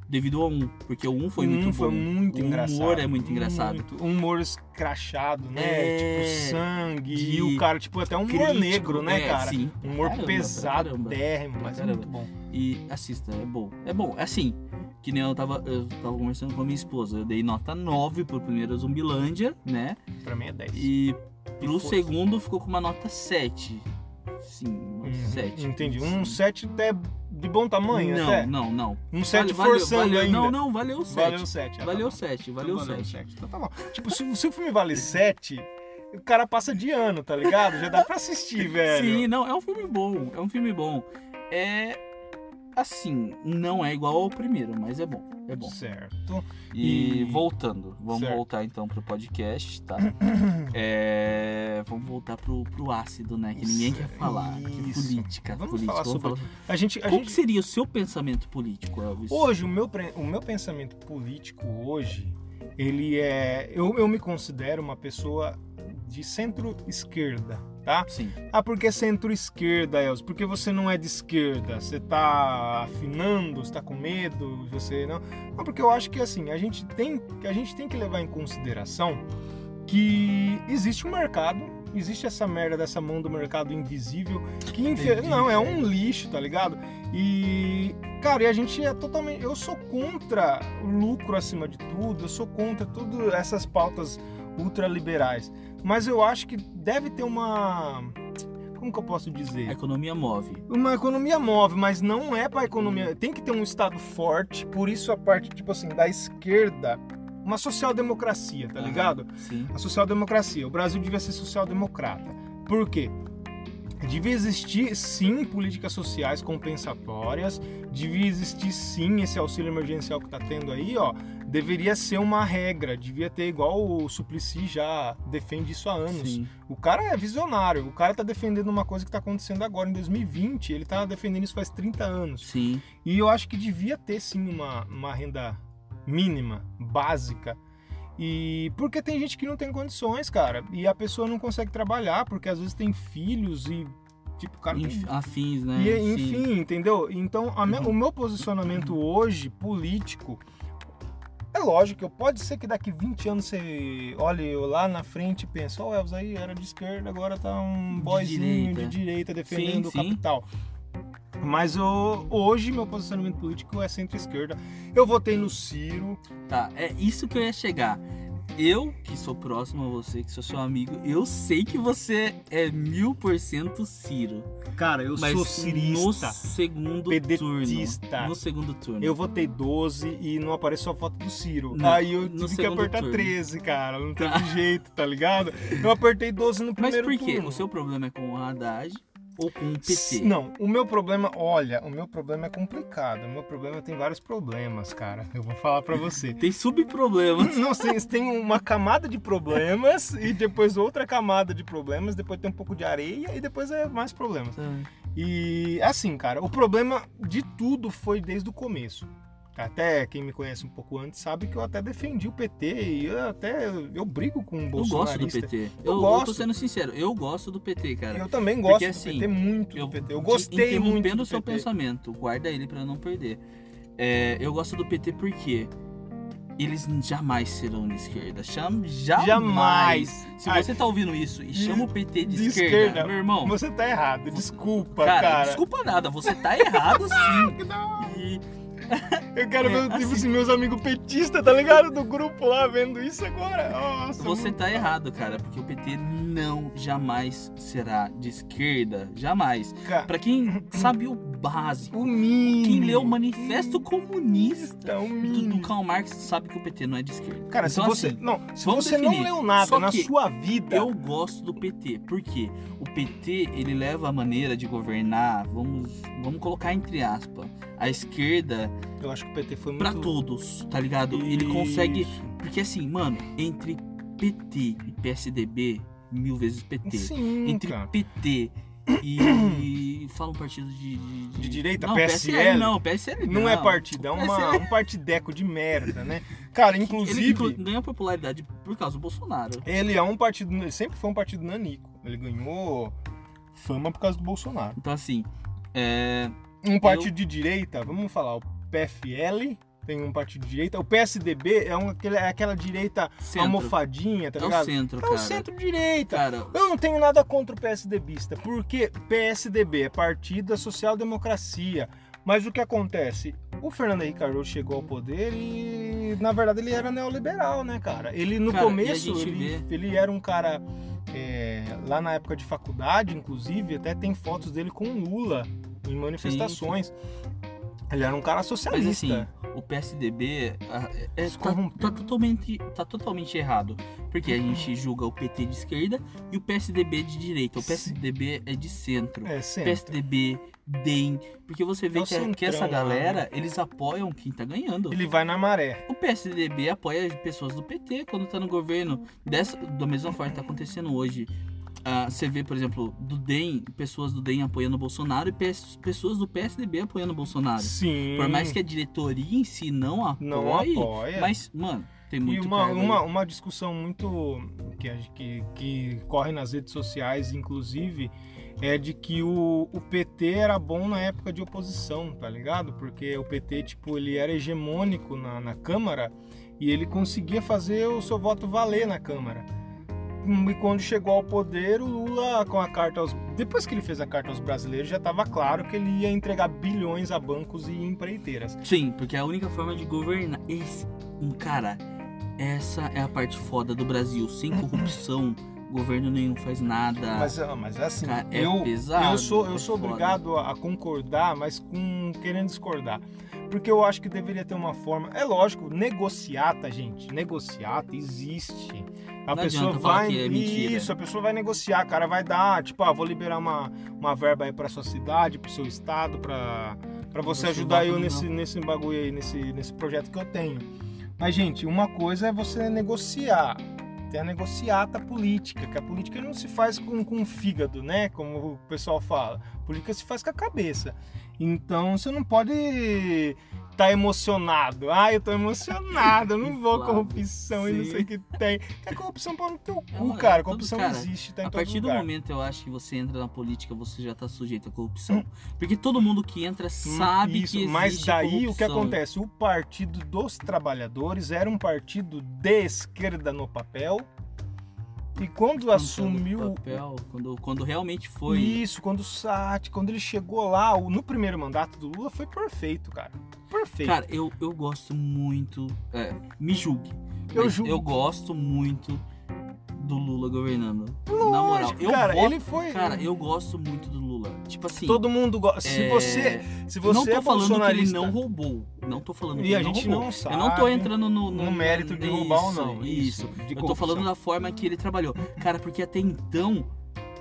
Speaker 2: devido ao 1. Porque o 1 foi
Speaker 1: Hum,
Speaker 2: muito
Speaker 1: foi
Speaker 2: bom.
Speaker 1: muito
Speaker 2: O humor
Speaker 1: engraçado.
Speaker 2: é muito engraçado.
Speaker 1: Muito. Um humor escrachado, né?
Speaker 2: É.
Speaker 1: Tipo sangue. E
Speaker 2: De
Speaker 1: o cara, tipo, até um humor
Speaker 2: Crítico,
Speaker 1: negro, né,
Speaker 2: é,
Speaker 1: cara?
Speaker 2: Sim.
Speaker 1: Um humor
Speaker 2: Caramba, pra
Speaker 1: pesado,
Speaker 2: caramba.
Speaker 1: térrimo,
Speaker 2: pra
Speaker 1: mas é
Speaker 2: caramba.
Speaker 1: muito bom.
Speaker 2: E assista, é bom. É bom, é assim. Que nem eu tava, eu tava conversando com a minha esposa. Eu dei nota 9 pro primeiro Zumbilândia, né?
Speaker 1: Pra mim é 10.
Speaker 2: E pro
Speaker 1: Foi.
Speaker 2: segundo ficou com uma nota 7. Sim, uma
Speaker 1: Uhum,
Speaker 2: 7.
Speaker 1: Entendi. Um 7 até de bom tamanho,
Speaker 2: Não,
Speaker 1: até.
Speaker 2: não, não.
Speaker 1: Um 7
Speaker 2: Vale- valeu-
Speaker 1: forçando
Speaker 2: valeu-
Speaker 1: ainda.
Speaker 2: Não, não, valeu 7.
Speaker 1: Valeu um 7.
Speaker 2: Valeu 7, valeu 7.
Speaker 1: tá Então tá bom. Tipo, se, se o filme vale 7, o cara passa de ano, tá ligado? Já dá pra assistir, velho.
Speaker 2: Sim, não, é um filme bom, é um filme bom. É assim, não é igual ao primeiro, mas é bom, é bom.
Speaker 1: Certo.
Speaker 2: E,
Speaker 1: E-
Speaker 2: voltando, vamos
Speaker 1: Certo.
Speaker 2: voltar então pro podcast, tá? É, vamos voltar pro, pro ácido, né? Que ninguém
Speaker 1: Isso,
Speaker 2: quer falar. Que
Speaker 1: isso.
Speaker 2: política,
Speaker 1: Vamos
Speaker 2: política.
Speaker 1: falar sobre-
Speaker 2: falar.
Speaker 1: A gente. A
Speaker 2: Qual
Speaker 1: gente
Speaker 2: que seria o seu pensamento político, Elvis?
Speaker 1: hoje, o meu, pre- o meu pensamento político hoje, ele é. Eu, eu me considero uma pessoa de centro-esquerda, tá?
Speaker 2: Sim.
Speaker 1: Ah, porque é centro-esquerda, Elcio? Porque você não é de esquerda? Você tá afinando? Você tá com medo? Você não? Não, porque eu acho que assim, a gente tem, a gente tem que levar em consideração que existe um mercado, existe essa merda dessa mão do mercado invisível, que infe-
Speaker 2: Entendi,
Speaker 1: não, é um lixo, tá ligado? E cara, e a gente é totalmente, eu sou contra o lucro acima de tudo, eu sou contra todas essas pautas ultraliberais. Mas eu acho que deve ter uma. Como que eu posso
Speaker 2: A
Speaker 1: dizer?
Speaker 2: economia move.
Speaker 1: Uma economia móvel, mas não é para economia. Tem que ter um Estado forte, por isso a parte, tipo assim, da esquerda. Uma social-democracia, tá
Speaker 2: Aham,
Speaker 1: ligado?
Speaker 2: Sim.
Speaker 1: a social-democracia. O Brasil devia ser social-democrata. Por quê? Devia existir sim políticas sociais compensatórias, devia existir sim esse auxílio emergencial que tá tendo aí, ó. Deveria ser uma regra, devia ter igual o Suplicy já defende isso há anos.
Speaker 2: Sim.
Speaker 1: O cara é visionário, o cara tá defendendo uma coisa que tá acontecendo agora em 2020, ele tá defendendo isso faz 30 anos.
Speaker 2: Sim.
Speaker 1: E eu acho que devia ter sim uma, uma renda mínima, básica. E porque tem gente que não tem condições, cara, e a pessoa não consegue trabalhar, porque às vezes tem filhos e tipo, o cara tem...
Speaker 2: Inf- Afins, né?
Speaker 1: E,
Speaker 2: Sim.
Speaker 1: enfim, entendeu? Então, a me-
Speaker 2: Uhum.
Speaker 1: o meu posicionamento hoje, político, é lógico, eu- pode ser que daqui 20 anos você olhe eu lá na frente e pense, ó, Elvis aí era de esquerda, agora tá um
Speaker 2: De
Speaker 1: boyzinho de
Speaker 2: direita.
Speaker 1: direita defendendo
Speaker 2: Sim,
Speaker 1: o
Speaker 2: sim.
Speaker 1: capital. Mas eu- hoje meu posicionamento político é centro-esquerda. Eu votei no Ciro.
Speaker 2: Tá, é isso que eu ia chegar. Eu, que sou próximo a você, que sou seu amigo, eu sei que você é mil por cento Ciro.
Speaker 1: Cara, eu
Speaker 2: mas
Speaker 1: sou
Speaker 2: no
Speaker 1: cirista.
Speaker 2: segundo
Speaker 1: Pedetista.
Speaker 2: turno. No segundo turno.
Speaker 1: Eu votei 12 e não apareceu a foto do Ciro.
Speaker 2: Não,
Speaker 1: Aí eu
Speaker 2: no
Speaker 1: tive que
Speaker 2: segundo
Speaker 1: apertar
Speaker 2: turno.
Speaker 1: 13, cara. Não teve jeito, tá ligado? Eu apertei 12 no
Speaker 2: Mas
Speaker 1: primeiro
Speaker 2: por quê?
Speaker 1: turno.
Speaker 2: O seu problema é com o Haddad ou com o PT?
Speaker 1: Não, o meu problema, olha, o meu problema é complicado. O meu problema tem vários problemas, cara. Eu vou falar pra você.
Speaker 2: Tem subproblema.
Speaker 1: Não, tem, tem uma camada de problemas e depois outra camada de problemas, depois tem um pouco de areia e depois é mais problemas. E assim, cara, o problema de tudo foi desde o começo. Até quem me conhece um pouco antes sabe que eu até defendi o PT e eu até eu brigo com o
Speaker 2: eu gosto
Speaker 1: bolsonarista.
Speaker 2: do PT.
Speaker 1: Eu
Speaker 2: Eu, eu
Speaker 1: gosto.
Speaker 2: tô sendo sincero, eu gosto do PT, cara.
Speaker 1: Eu também gosto
Speaker 2: Porque,
Speaker 1: do
Speaker 2: assim,
Speaker 1: PT muito do PT. Eu gostei
Speaker 2: interrompendo
Speaker 1: muito do
Speaker 2: o seu
Speaker 1: PT.
Speaker 2: pensamento, guarda ele pra não perder. É, eu gosto do PT porque eles jamais serão de esquerda. Cham, jamais.
Speaker 1: Jamais.
Speaker 2: Se
Speaker 1: Ai,
Speaker 2: você tá ouvindo isso e chama o PT de,
Speaker 1: de
Speaker 2: esquerda,
Speaker 1: esquerda,
Speaker 2: meu irmão,
Speaker 1: Você tá errado. Desculpa,
Speaker 2: cara,
Speaker 1: cara.
Speaker 2: desculpa nada, você tá errado sim. E-
Speaker 1: Eu quero
Speaker 2: É,
Speaker 1: ver tipo,
Speaker 2: assim-
Speaker 1: assim, meus amigos petistas, tá ligado? Do grupo lá vendo isso agora. Nossa,
Speaker 2: Você tá errado, cara, porque o PT não jamais será de esquerda, jamais.
Speaker 1: cara,
Speaker 2: Pra quem sabe o básico,
Speaker 1: o mínimo. Tá,
Speaker 2: quem leu o Manifesto Comunista
Speaker 1: o
Speaker 2: do, do
Speaker 1: mínimo.
Speaker 2: Karl Marx sabe que o PT não é de esquerda.
Speaker 1: Cara,
Speaker 2: então,
Speaker 1: se você,
Speaker 2: assim,
Speaker 1: não, se
Speaker 2: vamos
Speaker 1: você não
Speaker 2: definir.
Speaker 1: leu nada
Speaker 2: Só
Speaker 1: na
Speaker 2: que
Speaker 1: sua vida,
Speaker 2: eu gosto do PT, porque o PT ele leva a maneira de governar, vamos, vamos colocar entre aspas, a esquerda
Speaker 1: eu acho que o PT foi muito
Speaker 2: pra todos, tá ligado? Ele consegue Porque assim, mano, entre PT e PSDB, mil vezes PT.
Speaker 1: Sim,
Speaker 2: entre
Speaker 1: cara.
Speaker 2: PT e. e fala um partido de. De,
Speaker 1: De direita,
Speaker 2: não,
Speaker 1: PSL?
Speaker 2: Não, PSL não.
Speaker 1: Não é partido, é uma, um partideco de merda, né? Cara,
Speaker 2: Ele inclu-
Speaker 1: inclusive,
Speaker 2: ganhou popularidade por causa do Bolsonaro.
Speaker 1: ele é um partido, ele sempre foi um partido nanico. Ele ganhou fama por causa do Bolsonaro.
Speaker 2: Então assim. É,
Speaker 1: Um partido de direita, vamos falar, o PFL tem um partido de direita. O PSDB é, um, aquele- é aquela direita
Speaker 2: centro.
Speaker 1: almofadinha, tá
Speaker 2: é o
Speaker 1: ligado?
Speaker 2: centro,
Speaker 1: é
Speaker 2: cara.
Speaker 1: o centro-direita.
Speaker 2: Cara,
Speaker 1: Eu não tenho nada contra o PSDBista, porque PSDB é partido da social-democracia. Mas o que acontece? O Fernando Henrique Cardoso chegou ao poder e, na verdade, ele era neoliberal, né, cara? Ele, no
Speaker 2: Cara, e a
Speaker 1: começo,
Speaker 2: gente
Speaker 1: ele, ele era um cara... é, lá na época de faculdade, inclusive, até tem fotos dele com o Lula em manifestações. Ele era um cara
Speaker 2: mas
Speaker 1: socialista.
Speaker 2: assim, o PSDB ah, é,
Speaker 1: Se
Speaker 2: tá,
Speaker 1: corrompeu.
Speaker 2: tá totalmente, tá totalmente errado. Porque a gente julga o PT de esquerda e o PSDB de direita. O
Speaker 1: Sim.
Speaker 2: PSDB é de centro.
Speaker 1: é, sempre.
Speaker 2: PSDB, DEM. Porque você vê
Speaker 1: É o
Speaker 2: que, a- que essa
Speaker 1: centrão lá, né?
Speaker 2: galera, eles apoiam quem tá ganhando.
Speaker 1: Ele vai na maré.
Speaker 2: O PSDB apoia as pessoas do PT quando tá no governo. Dessa, da mesma forma que tá acontecendo hoje. Ah, você vê, por exemplo, do DEM, pessoas do DEM apoiando o Bolsonaro e PS pessoas do PSDB apoiando o Bolsonaro.
Speaker 1: Sim.
Speaker 2: Por mais que a diretoria em si não apoie,
Speaker 1: não apoia.
Speaker 2: mas, mano, tem muito
Speaker 1: e uma,
Speaker 2: cargo
Speaker 1: uma,
Speaker 2: aí.
Speaker 1: uma discussão muito que, a- que, que corre nas redes sociais, inclusive, é de que o, o PT era bom na época de oposição, tá ligado? Porque o PT, tipo, ele era hegemônico na, na Câmara e ele conseguia fazer o seu voto valer na Câmara. Hum, E quando chegou ao poder, o Lula, com a carta aos. Depois que ele fez a carta aos brasileiros, já estava claro que ele ia entregar bilhões a bancos e empreiteiras.
Speaker 2: Sim, porque é a única forma de governar. Esse, um cara, Essa é a parte foda do Brasil. Sem corrupção, governo nenhum faz nada.
Speaker 1: Uhum. Mas, ah, mas é assim,
Speaker 2: Cara, é
Speaker 1: eu,
Speaker 2: pesado,
Speaker 1: eu sou,
Speaker 2: é
Speaker 1: eu sou
Speaker 2: foda.
Speaker 1: obrigado a a concordar, mas com querendo discordar. Porque eu acho que deveria ter uma forma. É lógico, negociata, gente. Negociata existe. A
Speaker 2: Não
Speaker 1: pessoa
Speaker 2: adianta falar
Speaker 1: vai.
Speaker 2: que é mentira.
Speaker 1: isso, a pessoa vai negociar, cara. Vai dar, tipo, ah, vou liberar uma, uma verba aí pra sua cidade, pro seu estado, pra, pra você,
Speaker 2: Você
Speaker 1: ajudar
Speaker 2: bota
Speaker 1: eu
Speaker 2: no
Speaker 1: nesse, nesse bagulho aí, nesse, nesse projeto que eu tenho. Mas, gente, uma coisa é você negociar. Tem a negociata política, que a política não se faz com, com o fígado, né? Como o pessoal fala. A política se faz com a cabeça. Então você não pode estar emocionado. Ah, eu tô emocionado, eu não vou à
Speaker 2: Inflado.
Speaker 1: corrupção e não
Speaker 2: Sim.
Speaker 1: sei o que tem. É corrupção para no teu
Speaker 2: É,
Speaker 1: cu,
Speaker 2: mano,
Speaker 1: cara.
Speaker 2: é tudo,
Speaker 1: Corrupção
Speaker 2: cara.
Speaker 1: existe, tá em
Speaker 2: A
Speaker 1: todo
Speaker 2: partir do
Speaker 1: lugar.
Speaker 2: momento eu acho que você entra na política, você já tá sujeito à corrupção. Porque todo mundo que entra sabe
Speaker 1: Hum. Isso,
Speaker 2: que existe
Speaker 1: mas daí
Speaker 2: corrupção.
Speaker 1: o que acontece? O Partido dos Trabalhadores era um partido de esquerda no papel. E quando
Speaker 2: Quando
Speaker 1: assumiu
Speaker 2: tá papel, quando, quando realmente foi.
Speaker 1: Isso, quando o Sat, quando ele chegou lá, o- no primeiro mandato do Lula foi perfeito, cara. Perfeito.
Speaker 2: Cara, eu, eu gosto muito. é, me julgue.
Speaker 1: Eu
Speaker 2: mas
Speaker 1: julgo.
Speaker 2: Eu gosto muito do Lula governando. na moral,
Speaker 1: Lógico,
Speaker 2: eu
Speaker 1: cara,
Speaker 2: voto-
Speaker 1: ele foi.
Speaker 2: Cara, eu gosto muito do Lula. Tipo assim.
Speaker 1: Todo mundo gosta. Se
Speaker 2: é,
Speaker 1: você, se você
Speaker 2: não tô
Speaker 1: é
Speaker 2: falando que ele
Speaker 1: bolsonarista,
Speaker 2: não roubou. Não tô falando que
Speaker 1: e a
Speaker 2: ele não
Speaker 1: gente
Speaker 2: roubou.
Speaker 1: não sabe.
Speaker 2: Eu não tô entrando no,
Speaker 1: no mérito de roubar ou não.
Speaker 2: Isso.
Speaker 1: de
Speaker 2: Eu tô
Speaker 1: corrupção.
Speaker 2: falando da forma que ele trabalhou. Cara, porque até então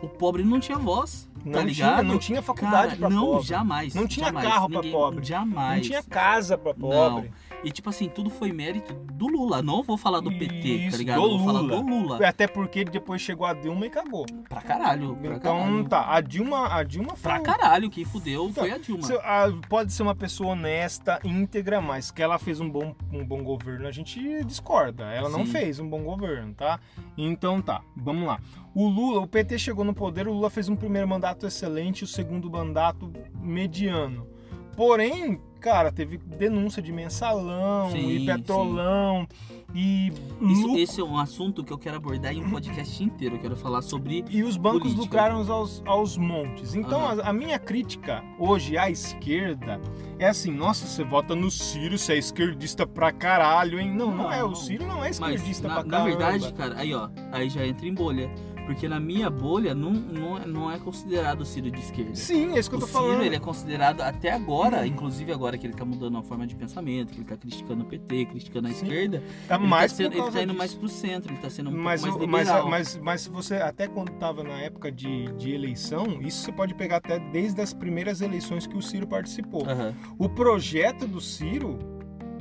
Speaker 2: o pobre não tinha voz.
Speaker 1: não
Speaker 2: tá
Speaker 1: tinha,
Speaker 2: ligado?
Speaker 1: não tinha faculdade
Speaker 2: Cara,
Speaker 1: pra
Speaker 2: não,
Speaker 1: pobre.
Speaker 2: jamais.
Speaker 1: Não tinha
Speaker 2: jamais.
Speaker 1: carro pra
Speaker 2: Ninguém-
Speaker 1: pobre.
Speaker 2: Jamais.
Speaker 1: Não tinha casa pra pobre.
Speaker 2: E tipo assim, tudo foi mérito do Lula. Não vou falar do PT,
Speaker 1: Isso,
Speaker 2: tá ligado?
Speaker 1: do
Speaker 2: vou falar
Speaker 1: Lula.
Speaker 2: do Lula.
Speaker 1: Até porque depois chegou a Dilma e cagou.
Speaker 2: Pra caralho. Pra
Speaker 1: então
Speaker 2: caralho.
Speaker 1: tá, a Dilma, a Dilma foi
Speaker 2: Pra
Speaker 1: um-
Speaker 2: caralho, quem fudeu
Speaker 1: Então,
Speaker 2: foi a Dilma.
Speaker 1: Se- ah, pode ser uma pessoa honesta, íntegra, mas que ela fez um bom, um bom governo, a gente discorda. Ela não
Speaker 2: Sim.
Speaker 1: fez um bom governo, tá? Então tá, vamos lá. O Lula, o PT chegou no poder, o Lula fez um primeiro mandato excelente, o segundo mandato mediano. Porém, cara, teve denúncia de mensalão
Speaker 2: Sim,
Speaker 1: e
Speaker 2: sim.
Speaker 1: petrolão e
Speaker 2: Isso,
Speaker 1: lucro.
Speaker 2: esse é um assunto que eu quero abordar em um podcast inteiro. Eu quero falar sobre
Speaker 1: E os bancos
Speaker 2: Política.
Speaker 1: lucraram aos, aos montes. Então,
Speaker 2: Aham.
Speaker 1: a, a minha crítica hoje à esquerda é assim: nossa, você vota no Ciro, você é esquerdista pra caralho, hein? Não, não,
Speaker 2: Não,
Speaker 1: é. O
Speaker 2: não.
Speaker 1: Ciro não é
Speaker 2: Mas,
Speaker 1: esquerdista
Speaker 2: na,
Speaker 1: pra
Speaker 2: na
Speaker 1: caralho.
Speaker 2: verdade, cara, aí ó, aí já entra em bolha. Porque na minha bolha não, não, é- não é considerado o Ciro de esquerda.
Speaker 1: Sim, é isso que eu
Speaker 2: o
Speaker 1: tô
Speaker 2: Ciro,
Speaker 1: falando.
Speaker 2: ele é considerado até agora, inclusive agora que ele tá mudando a forma de pensamento, que ele tá criticando o PT, criticando a
Speaker 1: Sim.
Speaker 2: esquerda,
Speaker 1: Tá
Speaker 2: ele,
Speaker 1: mais
Speaker 2: tá,
Speaker 1: por
Speaker 2: sendo- ele
Speaker 1: causa
Speaker 2: tá indo
Speaker 1: disso.
Speaker 2: mais pro centro, ele tá sendo um
Speaker 1: mas,
Speaker 2: pouco
Speaker 1: o-
Speaker 2: mais
Speaker 1: mas,
Speaker 2: liberal.
Speaker 1: mas, mas se você, até quando tava na época de, de eleição, isso você pode pegar até desde as primeiras eleições que o Ciro participou.
Speaker 2: Aham.
Speaker 1: O projeto do Ciro,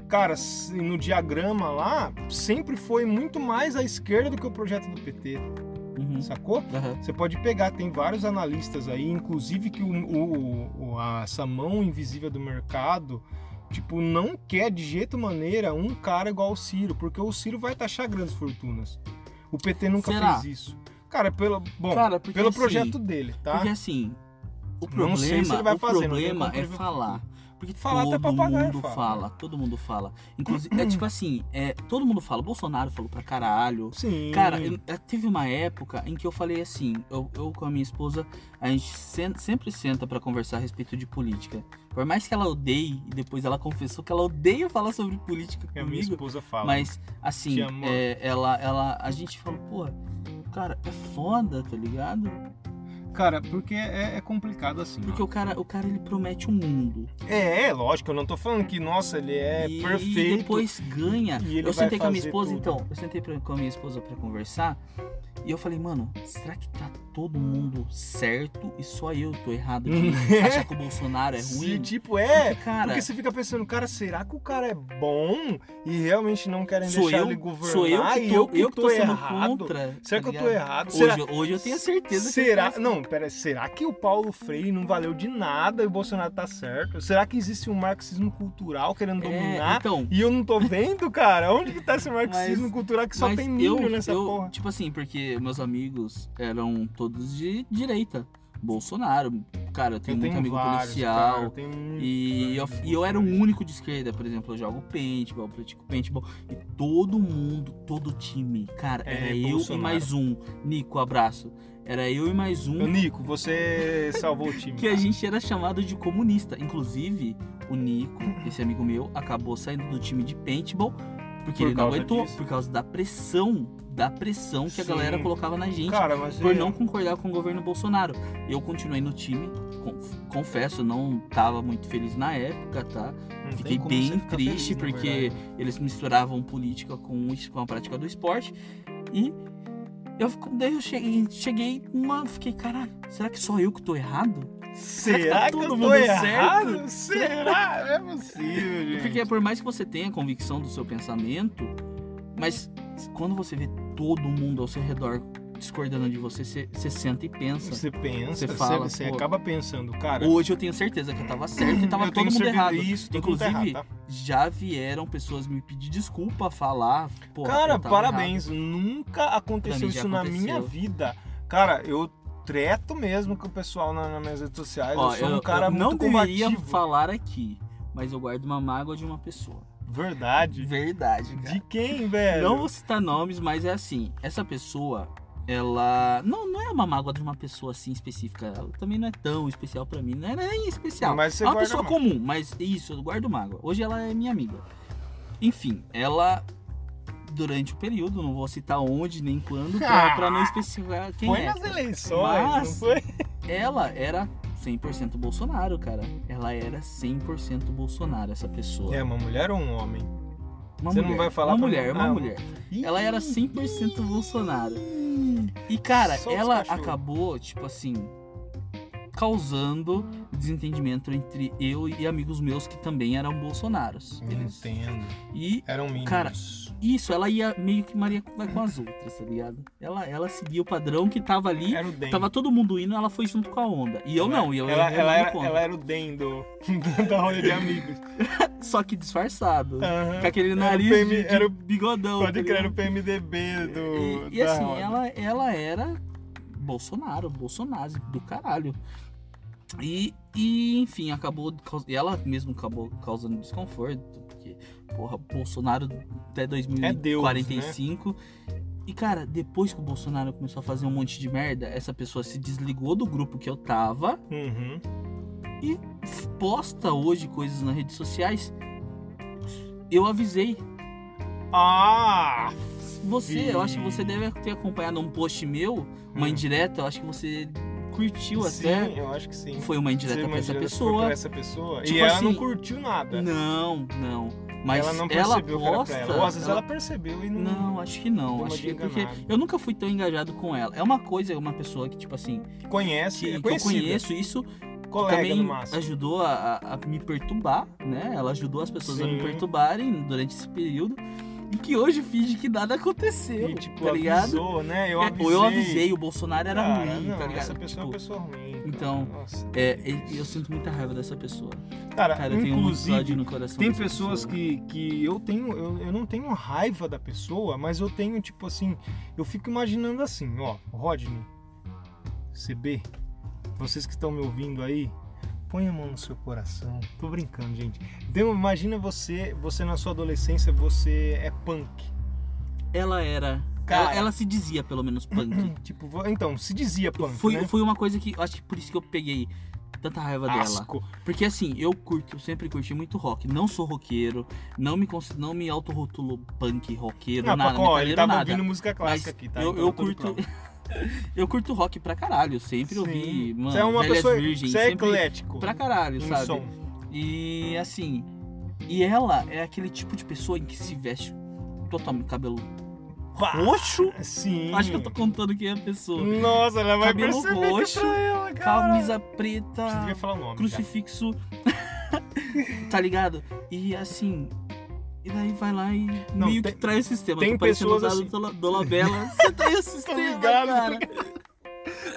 Speaker 1: cara, se- no diagrama lá, sempre foi muito mais à esquerda do que o projeto do PT,
Speaker 2: Uhum.
Speaker 1: sacou?
Speaker 2: Aham.
Speaker 1: Você pode pegar, tem vários analistas aí, inclusive que o, o- o- a- essa mão invisível do mercado, tipo, não quer de jeito maneira um cara igual o Ciro, porque o Ciro vai taxar grandes fortunas. O PT nunca
Speaker 2: Será?
Speaker 1: fez isso. Cara, pelo, bom,
Speaker 2: Cara, porque
Speaker 1: pelo
Speaker 2: assim,
Speaker 1: projeto dele, tá?
Speaker 2: Porque assim, o problema,
Speaker 1: Não sei se ele vai
Speaker 2: o
Speaker 1: fazer, não tem
Speaker 2: problema
Speaker 1: como
Speaker 2: é
Speaker 1: prever-
Speaker 2: falar. Porque
Speaker 1: Falar até
Speaker 2: todo
Speaker 1: papagaio
Speaker 2: mundo
Speaker 1: fala.
Speaker 2: fala. todo mundo fala. Inclusive, é tipo assim, é, todo mundo fala, Bolsonaro falou pra caralho.
Speaker 1: Sim.
Speaker 2: Cara, eu- eu- teve uma época em que eu falei assim, eu, eu com a minha esposa, a gente sen- sempre senta pra conversar a respeito de política. Por mais que ela odeie, e depois ela confessou que ela odeia falar sobre política
Speaker 1: É Minha minha
Speaker 2: comigo,
Speaker 1: esposa fala.
Speaker 2: mas assim,
Speaker 1: Te amo.
Speaker 2: é, ela, ela, a gente falou, pô, cara, é foda, tá ligado?
Speaker 1: Cara, porque é, é complicado assim.
Speaker 2: Porque o cara, o cara ele promete um mundo.
Speaker 1: É, é, lógico, eu não tô falando que, nossa, ele é
Speaker 2: e
Speaker 1: perfeito.
Speaker 2: depois ganha.
Speaker 1: E ele
Speaker 2: eu
Speaker 1: vai
Speaker 2: sentei com a minha
Speaker 1: fazer
Speaker 2: esposa,
Speaker 1: tudo.
Speaker 2: então, eu sentei pra- com a minha esposa pra conversar. E eu falei, mano, será que tá todo mundo certo e só eu tô errado de
Speaker 1: É.
Speaker 2: achar que o Bolsonaro é
Speaker 1: Se,
Speaker 2: ruim?
Speaker 1: tipo, é.
Speaker 2: Porque, cara,
Speaker 1: Porque você fica pensando, cara, será que o cara é bom e realmente não querem
Speaker 2: sou,
Speaker 1: deixar
Speaker 2: eu,
Speaker 1: ele governar?
Speaker 2: sou eu que
Speaker 1: e
Speaker 2: tô,
Speaker 1: eu que tô,
Speaker 2: sendo
Speaker 1: errado?
Speaker 2: contra.
Speaker 1: Será
Speaker 2: tá
Speaker 1: que eu tô
Speaker 2: ligado?
Speaker 1: errado? Será,
Speaker 2: Hoje, hoje eu tenho certeza
Speaker 1: será,
Speaker 2: que tá eu tô
Speaker 1: Não, pera, será que o Paulo Freire não valeu de nada e o Bolsonaro tá certo? Será que existe um marxismo cultural querendo
Speaker 2: errado. É,
Speaker 1: dominar?
Speaker 2: então,
Speaker 1: E eu não tô vendo, cara? Onde que tá esse marxismo cultural que só
Speaker 2: mas
Speaker 1: tem
Speaker 2: eu,
Speaker 1: milho nessa
Speaker 2: eu-
Speaker 1: porra?
Speaker 2: Tipo assim, porque meus amigos eram todos de direita. Bolsonaro, cara, eu tenho,
Speaker 1: eu tenho
Speaker 2: muito amigo
Speaker 1: vários,
Speaker 2: policial.
Speaker 1: cara, eu tenho muito
Speaker 2: E eu, e eu era um o único de esquerda, por exemplo, eu jogo paintball, eu pratico paintball, e todo mundo, todo time, cara,
Speaker 1: É,
Speaker 2: era eu
Speaker 1: Bolsonaro.
Speaker 2: e mais um, Nico, abraço, era eu e mais
Speaker 1: Ô,
Speaker 2: um,
Speaker 1: Nico, você salvou o time.
Speaker 2: que a
Speaker 1: cara.
Speaker 2: gente era chamado de comunista, inclusive, o Nico, esse amigo meu, acabou saindo do time de paintball Porque
Speaker 1: Por
Speaker 2: ele não
Speaker 1: causa
Speaker 2: aguentou,
Speaker 1: disso.
Speaker 2: por causa da pressão, da pressão que a
Speaker 1: Sim.
Speaker 2: galera colocava na gente
Speaker 1: Cara, mas
Speaker 2: por
Speaker 1: é-
Speaker 2: não concordar com o governo Bolsonaro. Eu continuei no time, con- confesso, não tava muito feliz na época, tá?
Speaker 1: não tem
Speaker 2: Fiquei
Speaker 1: como
Speaker 2: bem
Speaker 1: você ficar
Speaker 2: triste
Speaker 1: feliz, na
Speaker 2: porque
Speaker 1: verdade.
Speaker 2: eles misturavam política com, es- com a prática do esporte e eu fico- daí eu cheguei, cheguei numa, fiquei, caralho, será que só eu que tô errado?
Speaker 1: Será que
Speaker 2: todo
Speaker 1: eu tô
Speaker 2: mundo é certo?
Speaker 1: errado? Será? É possível, gente.
Speaker 2: Porque por mais que você tenha convicção do seu pensamento, mas quando você vê todo mundo ao seu redor discordando de você, você, você senta e pensa.
Speaker 1: Você pensa,
Speaker 2: é Você
Speaker 1: você,
Speaker 2: fala,
Speaker 1: você
Speaker 2: pô.
Speaker 1: acaba pensando, cara.
Speaker 2: Hoje eu tenho certeza que eu tava certo e tava
Speaker 1: eu
Speaker 2: todo
Speaker 1: tenho
Speaker 2: mundo
Speaker 1: certeza-
Speaker 2: errado.
Speaker 1: Isso, todo
Speaker 2: Inclusive,
Speaker 1: mundo tá errado, tá?
Speaker 2: Já vieram pessoas me pedir desculpa, falar. Pô,
Speaker 1: Cara,
Speaker 2: eu tava
Speaker 1: parabéns. Nunca
Speaker 2: Pra
Speaker 1: aconteceu
Speaker 2: mim já
Speaker 1: isso na minha
Speaker 2: aconteceu.
Speaker 1: vida. Cara, eu treto mesmo com o pessoal na- nas minhas redes sociais.
Speaker 2: errado. Ó,
Speaker 1: eu sou um cara
Speaker 2: eu não
Speaker 1: muito
Speaker 2: deveria
Speaker 1: combativo.
Speaker 2: falar aqui, mas eu guardo uma mágoa de uma pessoa.
Speaker 1: Verdade.
Speaker 2: Verdade, cara.
Speaker 1: De quem, velho?
Speaker 2: Não vou citar nomes, mas é assim, essa pessoa, ela não, não é uma mágoa de uma pessoa assim específica, ela também não é tão especial pra mim, não é nem especial.
Speaker 1: Mas você
Speaker 2: é uma
Speaker 1: guarda
Speaker 2: pessoa
Speaker 1: uma.
Speaker 2: comum, mas isso, eu guardo mágoa. Hoje ela é minha amiga. Enfim, ela durante o período, não vou citar onde nem quando, pra,
Speaker 1: Ah,
Speaker 2: pra não especificar quem
Speaker 1: Foi
Speaker 2: é.
Speaker 1: nas eleições,
Speaker 2: Mas-
Speaker 1: não foi?
Speaker 2: Ela era 100% Bolsonaro, cara. Ela era 100% Bolsonaro essa pessoa.
Speaker 1: É uma mulher ou um homem?
Speaker 2: Uma
Speaker 1: Você não
Speaker 2: mulher,
Speaker 1: vai falar
Speaker 2: uma
Speaker 1: pra mim?
Speaker 2: mulher, uma
Speaker 1: Ah,
Speaker 2: mulher. Ela era 100% Bolsonaro.
Speaker 1: Ih,
Speaker 2: E cara,
Speaker 1: Só os
Speaker 2: ela
Speaker 1: cachorro.
Speaker 2: acabou, tipo assim, causando desentendimento entre eu e amigos meus que também eram bolsonaros. Eles-
Speaker 1: Entendo.
Speaker 2: E
Speaker 1: Eram mínimos.
Speaker 2: Cara, isso, ela ia meio que Maria vai com as outras, tá ligado? Ela, ela seguia o padrão que tava ali,
Speaker 1: era o DEM.
Speaker 2: tava todo mundo indo, ela foi junto com a onda. E eu não, e eu
Speaker 1: É, ela,
Speaker 2: ia
Speaker 1: ela,
Speaker 2: remando
Speaker 1: era,
Speaker 2: contra.
Speaker 1: ela era o DEM do, da é roda de amigos.
Speaker 2: Só que disfarçado.
Speaker 1: Aham.
Speaker 2: Com aquele
Speaker 1: é- Ah, Era o
Speaker 2: nariz
Speaker 1: PM
Speaker 2: de, de
Speaker 1: era o-
Speaker 2: bigodão. tá
Speaker 1: Pode crer, era
Speaker 2: ligado?
Speaker 1: o PMDB do.
Speaker 2: E, e
Speaker 1: da
Speaker 2: assim,
Speaker 1: roda.
Speaker 2: ela, ela era Bolsonaro, Bolsonaro do caralho. E, e enfim, acabou. caus- e Ela mesmo acabou causando desconforto, porque, porra, Bolsonaro até
Speaker 1: É Deus,
Speaker 2: 2045. E cara, depois que o Bolsonaro começou a fazer um monte de merda, essa pessoa se desligou do grupo que eu tava,
Speaker 1: Uhum.
Speaker 2: posta hoje coisas nas redes sociais. Eu avisei.
Speaker 1: Ah!
Speaker 2: Você, eu acho que você
Speaker 1: Sim.
Speaker 2: deve ter acompanhado um post meu, uma
Speaker 1: Hum.
Speaker 2: indireta, eu acho que você curtiu
Speaker 1: sim,
Speaker 2: até.
Speaker 1: eu acho que sim.
Speaker 2: Foi uma indireta
Speaker 1: Você
Speaker 2: pra essa
Speaker 1: imagina se for
Speaker 2: pessoa.
Speaker 1: pra essa pessoa.
Speaker 2: Tipo
Speaker 1: e ela
Speaker 2: assim,
Speaker 1: não curtiu nada.
Speaker 2: Não, não. Mas
Speaker 1: ela não
Speaker 2: ela
Speaker 1: percebeu que era
Speaker 2: posta.
Speaker 1: pra ela. Ou às vezes
Speaker 2: ela-
Speaker 1: ela percebeu e não.
Speaker 2: Não, acho que
Speaker 1: Deu
Speaker 2: não.
Speaker 1: uma
Speaker 2: Acho que é
Speaker 1: de
Speaker 2: porque
Speaker 1: enganado.
Speaker 2: eu nunca fui tão engajado com ela. É uma coisa, uma pessoa que, tipo assim,
Speaker 1: Conhece,
Speaker 2: que,
Speaker 1: é
Speaker 2: que eu
Speaker 1: conhecida.
Speaker 2: conheço, isso
Speaker 1: Colega
Speaker 2: também
Speaker 1: no máximo.
Speaker 2: ajudou a, a- a me perturbar, né? Ela ajudou as pessoas a me
Speaker 1: Sim.
Speaker 2: perturbarem durante esse período. E que hoje finge que nada aconteceu.
Speaker 1: E, tipo,
Speaker 2: tá ligado?
Speaker 1: avisou, né? Eu
Speaker 2: É,
Speaker 1: avisei.
Speaker 2: Ou eu avisei, o Bolsonaro era
Speaker 1: Cara,
Speaker 2: ruim,
Speaker 1: não,
Speaker 2: tá ligado?
Speaker 1: Essa pessoa é uma
Speaker 2: Tipo,
Speaker 1: pessoa ruim. cara.
Speaker 2: então,
Speaker 1: Nossa.
Speaker 2: é, e- e eu sinto muita raiva dessa pessoa.
Speaker 1: Cara,
Speaker 2: Cara, eu tenho um episódio
Speaker 1: Tá, inclusive,
Speaker 2: no coração.
Speaker 1: tem
Speaker 2: dessa
Speaker 1: pessoas
Speaker 2: pessoa.
Speaker 1: que, que eu tenho, eu, eu não tenho raiva da pessoa, mas eu tenho, tipo assim, eu fico imaginando assim, ó, Rodney, CB, vocês que estão me ouvindo aí, põe a mão no seu coração. Tô brincando, gente. Deu- imagina você, você na sua adolescência, você é punk.
Speaker 2: Ela era.
Speaker 1: Cara.
Speaker 2: ela, ela se dizia, pelo menos, punk.
Speaker 1: Tipo, vo- então, se dizia punk,
Speaker 2: foi,
Speaker 1: né?
Speaker 2: foi uma coisa que. Acho que por isso que eu peguei tanta raiva dela.
Speaker 1: Asco.
Speaker 2: Porque assim, eu curto, sempre curti muito rock. Não sou roqueiro, não me, consi- não me autorrotulo punk, roqueiro,
Speaker 1: Não,
Speaker 2: nada,
Speaker 1: Paco, ó, ele
Speaker 2: metaleiro,
Speaker 1: tava
Speaker 2: nada.
Speaker 1: ouvindo música
Speaker 2: Mas
Speaker 1: clássica aqui, tá?
Speaker 2: eu,
Speaker 1: Então
Speaker 2: eu
Speaker 1: tudo
Speaker 2: curto.
Speaker 1: pronto.
Speaker 2: eu curto rock pra caralho. Sempre ouvi,
Speaker 1: Sim.
Speaker 2: mano.
Speaker 1: Você é uma
Speaker 2: Velhas
Speaker 1: pessoa.
Speaker 2: Virgens,
Speaker 1: você é
Speaker 2: sempre
Speaker 1: eclético. Um
Speaker 2: Pra caralho,
Speaker 1: em
Speaker 2: sabe?
Speaker 1: som.
Speaker 2: E assim, e ela é aquele tipo de pessoa em que se veste totalmente cabelo roxo.
Speaker 1: É, Sim. Hum.
Speaker 2: Acho que eu tô contando quem é a pessoa.
Speaker 1: Nossa, ela vai
Speaker 2: Cabelo
Speaker 1: perceber que é
Speaker 2: roxo,
Speaker 1: pra ela, cara.
Speaker 2: Camisa
Speaker 1: Você devia
Speaker 2: preta,
Speaker 1: falar o nome. cara.
Speaker 2: crucifixo. tá ligado? E assim. E daí vai lá e
Speaker 1: Não,
Speaker 2: meio
Speaker 1: tem-
Speaker 2: que trai o sistema.
Speaker 1: tem
Speaker 2: Tô parecendo
Speaker 1: pessoas
Speaker 2: o
Speaker 1: assim. Tá
Speaker 2: dado do Dolabella. Você trai o sistema,
Speaker 1: ligado, tô
Speaker 2: cara.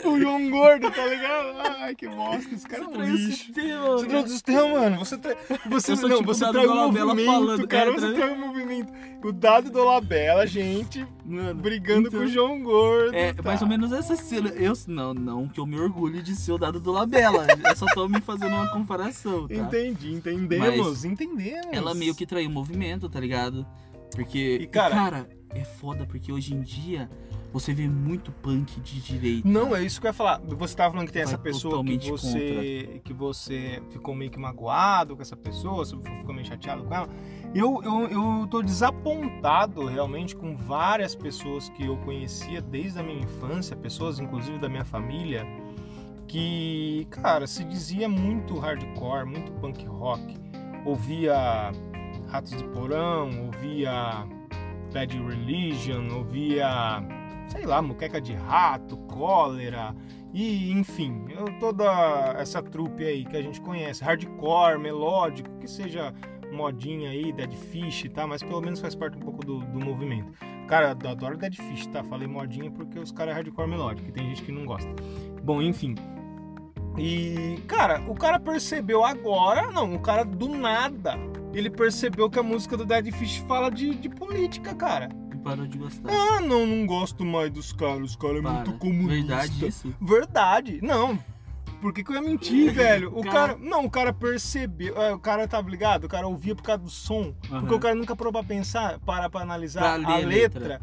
Speaker 1: O João Gordo, tá ligado? Ai, que bosta, esse cara
Speaker 2: Você
Speaker 1: é
Speaker 2: trai
Speaker 1: um
Speaker 2: o
Speaker 1: lixo.
Speaker 2: sistema.
Speaker 1: Você traz o sistema, mano. Você trai. Você,
Speaker 2: né? Eu sou
Speaker 1: não,
Speaker 2: tipo o
Speaker 1: você
Speaker 2: Dado
Speaker 1: trai o
Speaker 2: Dolabella
Speaker 1: movimento,
Speaker 2: falando,
Speaker 1: cara.
Speaker 2: é,
Speaker 1: você
Speaker 2: traz-
Speaker 1: trai o movimento. O dado do Labela, gente,
Speaker 2: Mano,
Speaker 1: brigando
Speaker 2: então-
Speaker 1: com o João Gordo.
Speaker 2: É,
Speaker 1: tá.
Speaker 2: mais ou menos essa cena. Eu, não, não que eu me orgulhe de ser o dado do Labela. eu só tô me fazendo uma comparação, tá?
Speaker 1: Entendi, entendemos,
Speaker 2: Mas
Speaker 1: entendemos.
Speaker 2: Ela meio que traiu o movimento, tá ligado? Porque.
Speaker 1: E, cara-
Speaker 2: é foda, porque hoje em dia você vê muito punk de direita.
Speaker 1: Não, é isso que eu ia falar. Você tava falando que tem
Speaker 2: Vai
Speaker 1: essa pessoa que
Speaker 2: totalmente
Speaker 1: você, que você ficou meio que magoado com essa pessoa, você ficou meio chateado com ela. Eu, eu, eu tô desapontado realmente com várias pessoas que eu conhecia desde a minha infância, pessoas inclusive da minha família, que, cara, se dizia muito hardcore, muito punk rock. Ouvia Ratos de Porão, ouvia Bad Religion, ouvia, sei lá, Muqueca de Rato, Cólera, e enfim, eu- toda essa trupe aí que a gente conhece, hardcore, melódico, que seja modinha aí, Dead Fish, tá? Mas pelo menos faz parte um pouco do, do movimento. Cara, eu adoro Dead Fish, tá? Falei modinha porque os caras é hardcore melódico, e tem gente que não gosta. Bom, enfim. E, cara, o cara percebeu agora, não, o cara do nada, ele percebeu que a música do Dead Fish fala de, de política, cara.
Speaker 2: E parou de gostar.
Speaker 1: Ah, não, não gosto mais dos caras, os caras é
Speaker 2: Para.
Speaker 1: muito comunista.
Speaker 2: Verdade isso.
Speaker 1: Verdade, não. Por que, que eu ia mentir, velho? O
Speaker 2: Cara-
Speaker 1: cara... Não, o cara percebeu. é, O cara tá ligado? O cara ouvia por causa do som. Porque
Speaker 2: Aham.
Speaker 1: o cara nunca parou pra pensar, para pra
Speaker 2: Pra
Speaker 1: analisar
Speaker 2: ler
Speaker 1: a
Speaker 2: a
Speaker 1: letra.
Speaker 2: letra.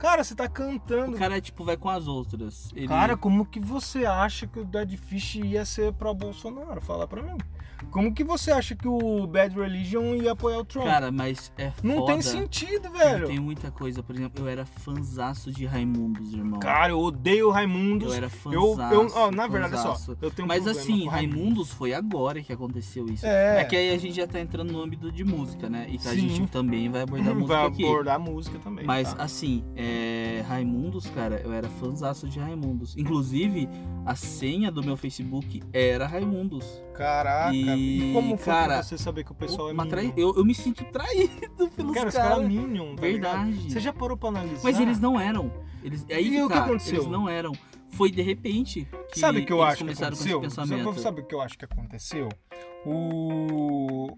Speaker 1: Cara, você tá
Speaker 2: O
Speaker 1: cantando.
Speaker 2: cara, tipo, vai com as outras. Ele...
Speaker 1: Cara, como que você acha que o Dead Fish ia ser pra Bolsonaro? Fala pra mim. Como que você acha que o Bad Religion ia apoiar o Trump?
Speaker 2: Cara, mas é foda.
Speaker 1: não tem sentido,
Speaker 2: Não
Speaker 1: velho.
Speaker 2: Tem muita coisa. Por exemplo, eu era fanzaço de Raimundos, irmão.
Speaker 1: Cara, eu odeio o Raimundos.
Speaker 2: eu era fanzaço.
Speaker 1: Eu, eu, ó, na verdade, olha só,
Speaker 2: fanzaço.
Speaker 1: eu tenho um
Speaker 2: Mas
Speaker 1: problema
Speaker 2: assim,
Speaker 1: com Raimundos.
Speaker 2: Raimundos foi agora que aconteceu isso.
Speaker 1: É.
Speaker 2: que aí a gente já tá entrando no âmbito de música, né? E que a
Speaker 1: Sim.
Speaker 2: gente também vai abordar música
Speaker 1: Vai
Speaker 2: aqui.
Speaker 1: abordar a música também.
Speaker 2: Mas
Speaker 1: tá?
Speaker 2: assim, é, Raimundos, cara, eu era fanzaço de Raimundos. Inclusive, a senha do meu Facebook era Raimundos.
Speaker 1: Caraca,
Speaker 2: e,
Speaker 1: e como foi
Speaker 2: cara,
Speaker 1: pra você saber que o pessoal é
Speaker 2: Uma trai-
Speaker 1: Minion?
Speaker 2: eu, eu me sinto traído pelos
Speaker 1: Cara, os
Speaker 2: caras.
Speaker 1: caras é Minion, tá ligado?
Speaker 2: Verdade.
Speaker 1: Você já parou pra analisar?
Speaker 2: Mas eles não eram. Eles... Aí
Speaker 1: E
Speaker 2: que
Speaker 1: o que
Speaker 2: tá,
Speaker 1: aconteceu?
Speaker 2: Eles não eram. Foi de repente que
Speaker 1: Sabe o que eu
Speaker 2: eles
Speaker 1: acho que
Speaker 2: começaram
Speaker 1: aconteceu?
Speaker 2: com esse
Speaker 1: Sabe-
Speaker 2: pensamento.
Speaker 1: Sabe o que eu acho que aconteceu? O... o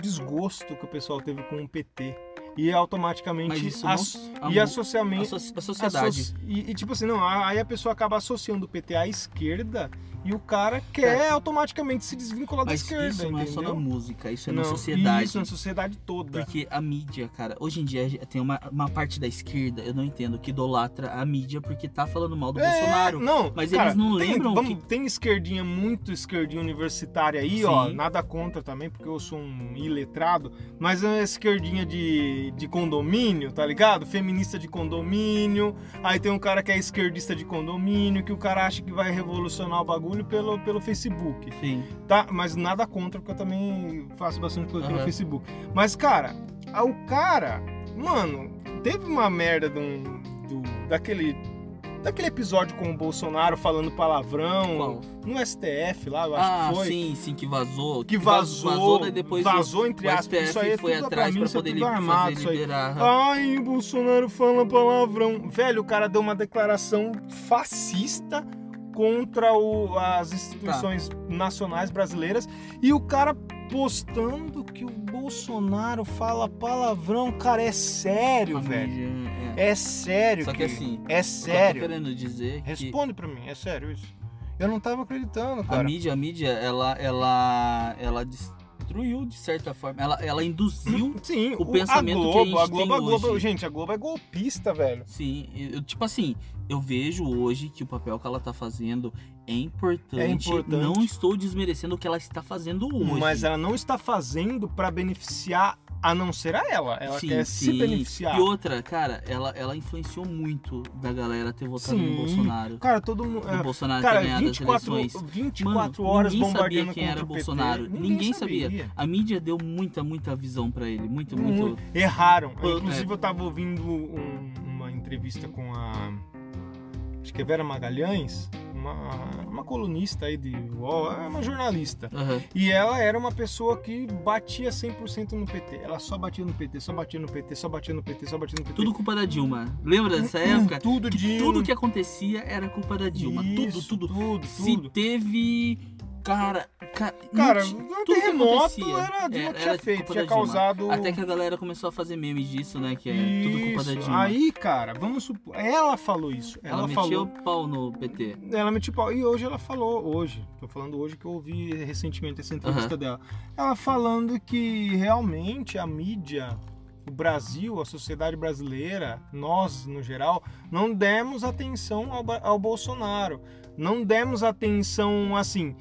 Speaker 1: desgosto que o pessoal teve com o PT. E automaticamente...
Speaker 2: Mas isso não...
Speaker 1: asso-
Speaker 2: a
Speaker 1: E
Speaker 2: mu-
Speaker 1: associamento...
Speaker 2: a so- a sociedade.
Speaker 1: Associ- E, e, tipo assim, não, a- aí a pessoa acaba associando o PT à esquerda e o cara quer automaticamente se desvincular
Speaker 2: Mas
Speaker 1: da esquerda,
Speaker 2: isso não é só na
Speaker 1: entendeu?
Speaker 2: música, isso é na
Speaker 1: Não,
Speaker 2: sociedade.
Speaker 1: Isso, na sociedade toda.
Speaker 2: Porque a mídia, cara, hoje em dia tem uma, uma parte da esquerda, eu não entendo, que idolatra a mídia porque tá falando mal do
Speaker 1: É,
Speaker 2: Bolsonaro.
Speaker 1: Não,
Speaker 2: Mas
Speaker 1: cara,
Speaker 2: eles não
Speaker 1: tem,
Speaker 2: lembram
Speaker 1: vamos- tem esquerdinha, muito esquerdinha universitária aí,
Speaker 2: Sim.
Speaker 1: ó. Nada contra também, porque eu sou um iletrado. Mas é esquerdinha de, de condomínio, tá ligado? Feminista de condomínio. Aí tem um cara que é esquerdista de condomínio, que o cara acha que vai revolucionar o bagulho pelo, pelo Facebook.
Speaker 2: Sim,
Speaker 1: Tá, mas nada contra, porque eu também faço bastante coisa pelo
Speaker 2: Aham.
Speaker 1: Facebook. Mas, cara, a- o cara, mano, teve uma merda de um- do, daquele, daquele episódio com o Bolsonaro falando palavrão
Speaker 2: qual?
Speaker 1: no STF lá, eu acho
Speaker 2: Ah,
Speaker 1: que foi.
Speaker 2: sim, sim, que vazou.
Speaker 1: Que vazou,
Speaker 2: Vazou, daí depois
Speaker 1: vazou
Speaker 2: o,
Speaker 1: entre
Speaker 2: o
Speaker 1: aspas. Isso aí é
Speaker 2: STF foi
Speaker 1: tudo
Speaker 2: atrás
Speaker 1: pra, mim,
Speaker 2: pra
Speaker 1: isso é
Speaker 2: poder
Speaker 1: tudo
Speaker 2: li-
Speaker 1: armado,
Speaker 2: fazer
Speaker 1: isso aí.
Speaker 2: liderar.
Speaker 1: Ai, o Bolsonaro fala palavrão. Velho, o cara deu uma declaração fascista contra o- as instituições nacionais brasileiras e o cara postando que o Bolsonaro fala palavrão. Cara, é sério,
Speaker 2: a
Speaker 1: velho.
Speaker 2: mídia, é.
Speaker 1: É sério,
Speaker 2: Só que
Speaker 1: Kiko.
Speaker 2: assim,
Speaker 1: É
Speaker 2: o que eu tô
Speaker 1: sério.
Speaker 2: querendo dizer que
Speaker 1: Responde pra mim, é sério isso. Eu não tava acreditando,
Speaker 2: a
Speaker 1: cara.
Speaker 2: mídia, a mídia, ela, ela, ela destruiu de certa forma, ela, ela induziu.
Speaker 1: Sim,
Speaker 2: o pensamento
Speaker 1: a
Speaker 2: que a
Speaker 1: Globo,
Speaker 2: gente
Speaker 1: a Globo,
Speaker 2: tem
Speaker 1: a Globo,
Speaker 2: hoje.
Speaker 1: gente, a Globo é golpista, velho.
Speaker 2: Sim, eu, tipo assim, eu vejo hoje que o papel que ela tá fazendo é importante.
Speaker 1: É importante.
Speaker 2: Não estou desmerecendo o que ela está fazendo hoje.
Speaker 1: Mas ela não está fazendo pra beneficiar a não ser a ela. Ela
Speaker 2: Sim,
Speaker 1: quer se
Speaker 2: sim.
Speaker 1: beneficiar.
Speaker 2: E outra, cara, ela, ela influenciou muito da galera ter votado
Speaker 1: Sim.
Speaker 2: no Bolsonaro.
Speaker 1: Cara, todo mundo.
Speaker 2: Do
Speaker 1: é,
Speaker 2: Bolsonaro ter
Speaker 1: Cara,
Speaker 2: ganhado as
Speaker 1: 24,
Speaker 2: eleições.
Speaker 1: 24
Speaker 2: Mano,
Speaker 1: horas
Speaker 2: ninguém sabia
Speaker 1: bombardeando
Speaker 2: quem era
Speaker 1: contra o PT.
Speaker 2: Bolsonaro. Ninguém sabia. A mídia deu muita, muita visão pra ele. Muito, muito.
Speaker 1: Uhum.
Speaker 2: é.
Speaker 1: Erraram.
Speaker 2: Eu-
Speaker 1: Inclusive, eu tava ouvindo um- uma entrevista com a. Acho que é Vera Magalhães, uma, uma colunista aí de UOL, é uma jornalista.
Speaker 2: Aham.
Speaker 1: E ela era uma pessoa que batia 100% no PT. Ela só batia no PT, só batia no PT, só batia no PT, só batia no PT.
Speaker 2: Tudo culpa da Dilma. Lembra dessa época?
Speaker 1: Hum, Uhum. Tudo
Speaker 2: Que
Speaker 1: de...
Speaker 2: tudo que acontecia era culpa da Dilma.
Speaker 1: Isso,
Speaker 2: tudo, tudo.
Speaker 1: tudo,
Speaker 2: Se
Speaker 1: tudo.
Speaker 2: teve. Cara, ca-
Speaker 1: Cara,
Speaker 2: não ti-
Speaker 1: um
Speaker 2: tudo que
Speaker 1: terremoto
Speaker 2: acontecia
Speaker 1: era a Dilma
Speaker 2: era-
Speaker 1: que tinha
Speaker 2: era
Speaker 1: feito,
Speaker 2: culpa
Speaker 1: tinha
Speaker 2: da Dilma.
Speaker 1: causado...
Speaker 2: Até que a galera começou a fazer memes disso, né? Que é tudo culpa da
Speaker 1: Isso.
Speaker 2: Dilma.
Speaker 1: Aí, cara, vamos supor... Ela falou isso.
Speaker 2: ela,
Speaker 1: Ela,
Speaker 2: metia
Speaker 1: falou...
Speaker 2: o pau no PT.
Speaker 1: Ela metiu pau. E hoje ela falou, hoje, tô falando hoje que eu ouvi recentemente essa entrevista dela. Ela falando que realmente a mídia, o Brasil, a sociedade brasileira, nós no geral, não demos atenção ao, Ba- ao Bolsonaro. Não demos atenção, assim,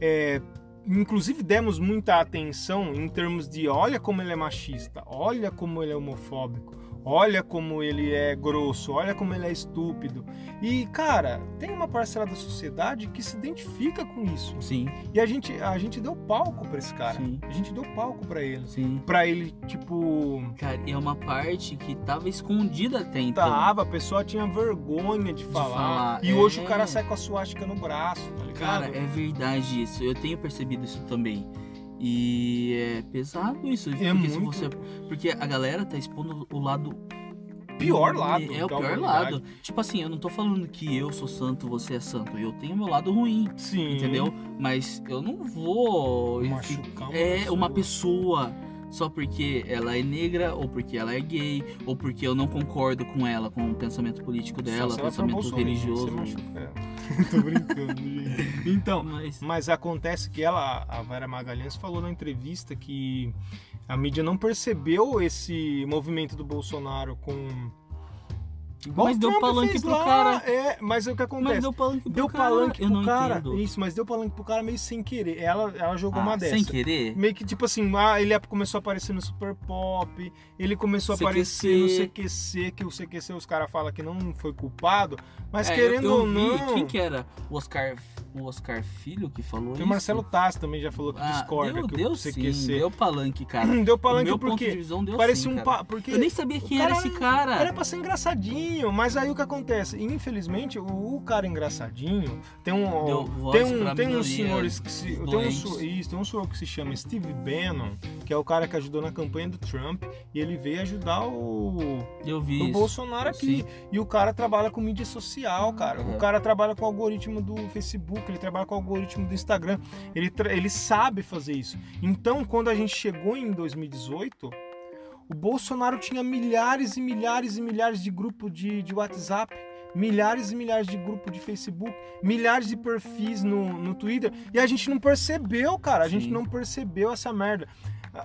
Speaker 1: é, inclusive demos muita atenção em termos de olha como ele é machista, olha como ele é homofóbico, olha como ele é grosso, olha como ele é estúpido. E cara, tem uma parcela da sociedade que se identifica com isso.
Speaker 2: Sim,
Speaker 1: E a gente a gente deu palco pra esse cara.
Speaker 2: sim,
Speaker 1: A gente deu palco pra ele.
Speaker 2: sim.
Speaker 1: Pra ele tipo
Speaker 2: Cara, e é uma parte que tava escondida até então.
Speaker 1: tava, tá, ah, a pessoa tinha vergonha de falar.
Speaker 2: falar,
Speaker 1: E
Speaker 2: é.
Speaker 1: hoje o cara sai com a suástica no braço, tá ligado?
Speaker 2: Cara, é verdade isso. Eu tenho percebido isso também. E é pesado isso. porque, se
Speaker 1: É muito.
Speaker 2: você, porque a galera tá expondo o lado.
Speaker 1: Pior lado então,
Speaker 2: É o
Speaker 1: da
Speaker 2: pior
Speaker 1: humanidade.
Speaker 2: lado. Tipo assim, eu não tô falando que eu sou santo, você é santo. Eu tenho meu lado ruim,
Speaker 1: Sim.
Speaker 2: entendeu? Mas eu não vou.
Speaker 1: Machucar uma
Speaker 2: é
Speaker 1: pessoa.
Speaker 2: uma pessoa só porque ela é negra, ou porque ela é gay, ou porque eu não concordo com ela, com o pensamento político dela,
Speaker 1: Só se ela for
Speaker 2: pensamento
Speaker 1: Bolsonaro,
Speaker 2: religioso. É.
Speaker 1: você machuca ela. Tô brincando, gente. Então,
Speaker 2: Mas,
Speaker 1: mas acontece que ela, a Vera Magalhães, falou na entrevista que a mídia não percebeu esse movimento do Bolsonaro com. Igual
Speaker 2: mas
Speaker 1: o
Speaker 2: deu
Speaker 1: Trump
Speaker 2: palanque
Speaker 1: fez
Speaker 2: pro
Speaker 1: lá,
Speaker 2: cara.
Speaker 1: É, mas é o que acontece.
Speaker 2: Mas deu palanque pro
Speaker 1: Deu
Speaker 2: cara.
Speaker 1: palanque
Speaker 2: eu
Speaker 1: pro
Speaker 2: não
Speaker 1: cara.
Speaker 2: entendo.
Speaker 1: Isso, mas deu palanque pro cara meio sem querer. Ela, ela jogou uma
Speaker 2: Ah,
Speaker 1: dessa.
Speaker 2: sem querer?
Speaker 1: Meio que tipo assim, ah, ele começou a aparecer no Super Pop, ele começou a
Speaker 2: CQC.
Speaker 1: aparecer no CQC, que o CQC os caras falam que não foi culpado, mas
Speaker 2: É, eu-
Speaker 1: querendo
Speaker 2: eu
Speaker 1: ou
Speaker 2: vi,
Speaker 1: não.
Speaker 2: Quem que era? O Oscar, o Oscar Filho que falou
Speaker 1: E
Speaker 2: isso?
Speaker 1: o Marcelo Tassi também já falou que
Speaker 2: ah,
Speaker 1: discorda
Speaker 2: deu,
Speaker 1: que
Speaker 2: deu
Speaker 1: o
Speaker 2: sim,
Speaker 1: CQC.
Speaker 2: deu palanque, cara.
Speaker 1: Deu
Speaker 2: o
Speaker 1: palanque
Speaker 2: meu ponto de
Speaker 1: porque
Speaker 2: visão deu
Speaker 1: parecia
Speaker 2: sim,
Speaker 1: um
Speaker 2: cara.
Speaker 1: pa... porque
Speaker 2: Eu nem sabia quem
Speaker 1: o
Speaker 2: era
Speaker 1: cara
Speaker 2: esse cara.
Speaker 1: era pra ser engraçadinho, mas aí o que acontece? Infelizmente, o, o cara engraçadinho tem um
Speaker 2: Deu voz
Speaker 1: tem um
Speaker 2: pra
Speaker 1: tem
Speaker 2: minoria,
Speaker 1: uns senhores que se,
Speaker 2: dos
Speaker 1: tem um
Speaker 2: doentes.
Speaker 1: su- isso, tem um senhor que se chama Steve Bannon, que é o cara que ajudou na campanha do Trump, e ele veio ajudar o
Speaker 2: Eu vi
Speaker 1: o
Speaker 2: isso.
Speaker 1: Bolsonaro aqui. E o cara trabalha com mídia social, cara. O
Speaker 2: Uhum.
Speaker 1: cara trabalha com o algoritmo do Facebook, ele trabalha com o algoritmo do Instagram. Ele, tra- ele sabe fazer isso. Então, quando a gente chegou em 2018, o Bolsonaro tinha milhares e milhares e milhares de grupos de, de WhatsApp. Milhares e milhares de grupos de Facebook, milhares de perfis no, no Twitter. E a gente não percebeu, cara. A gente
Speaker 2: Sim.
Speaker 1: não percebeu essa merda.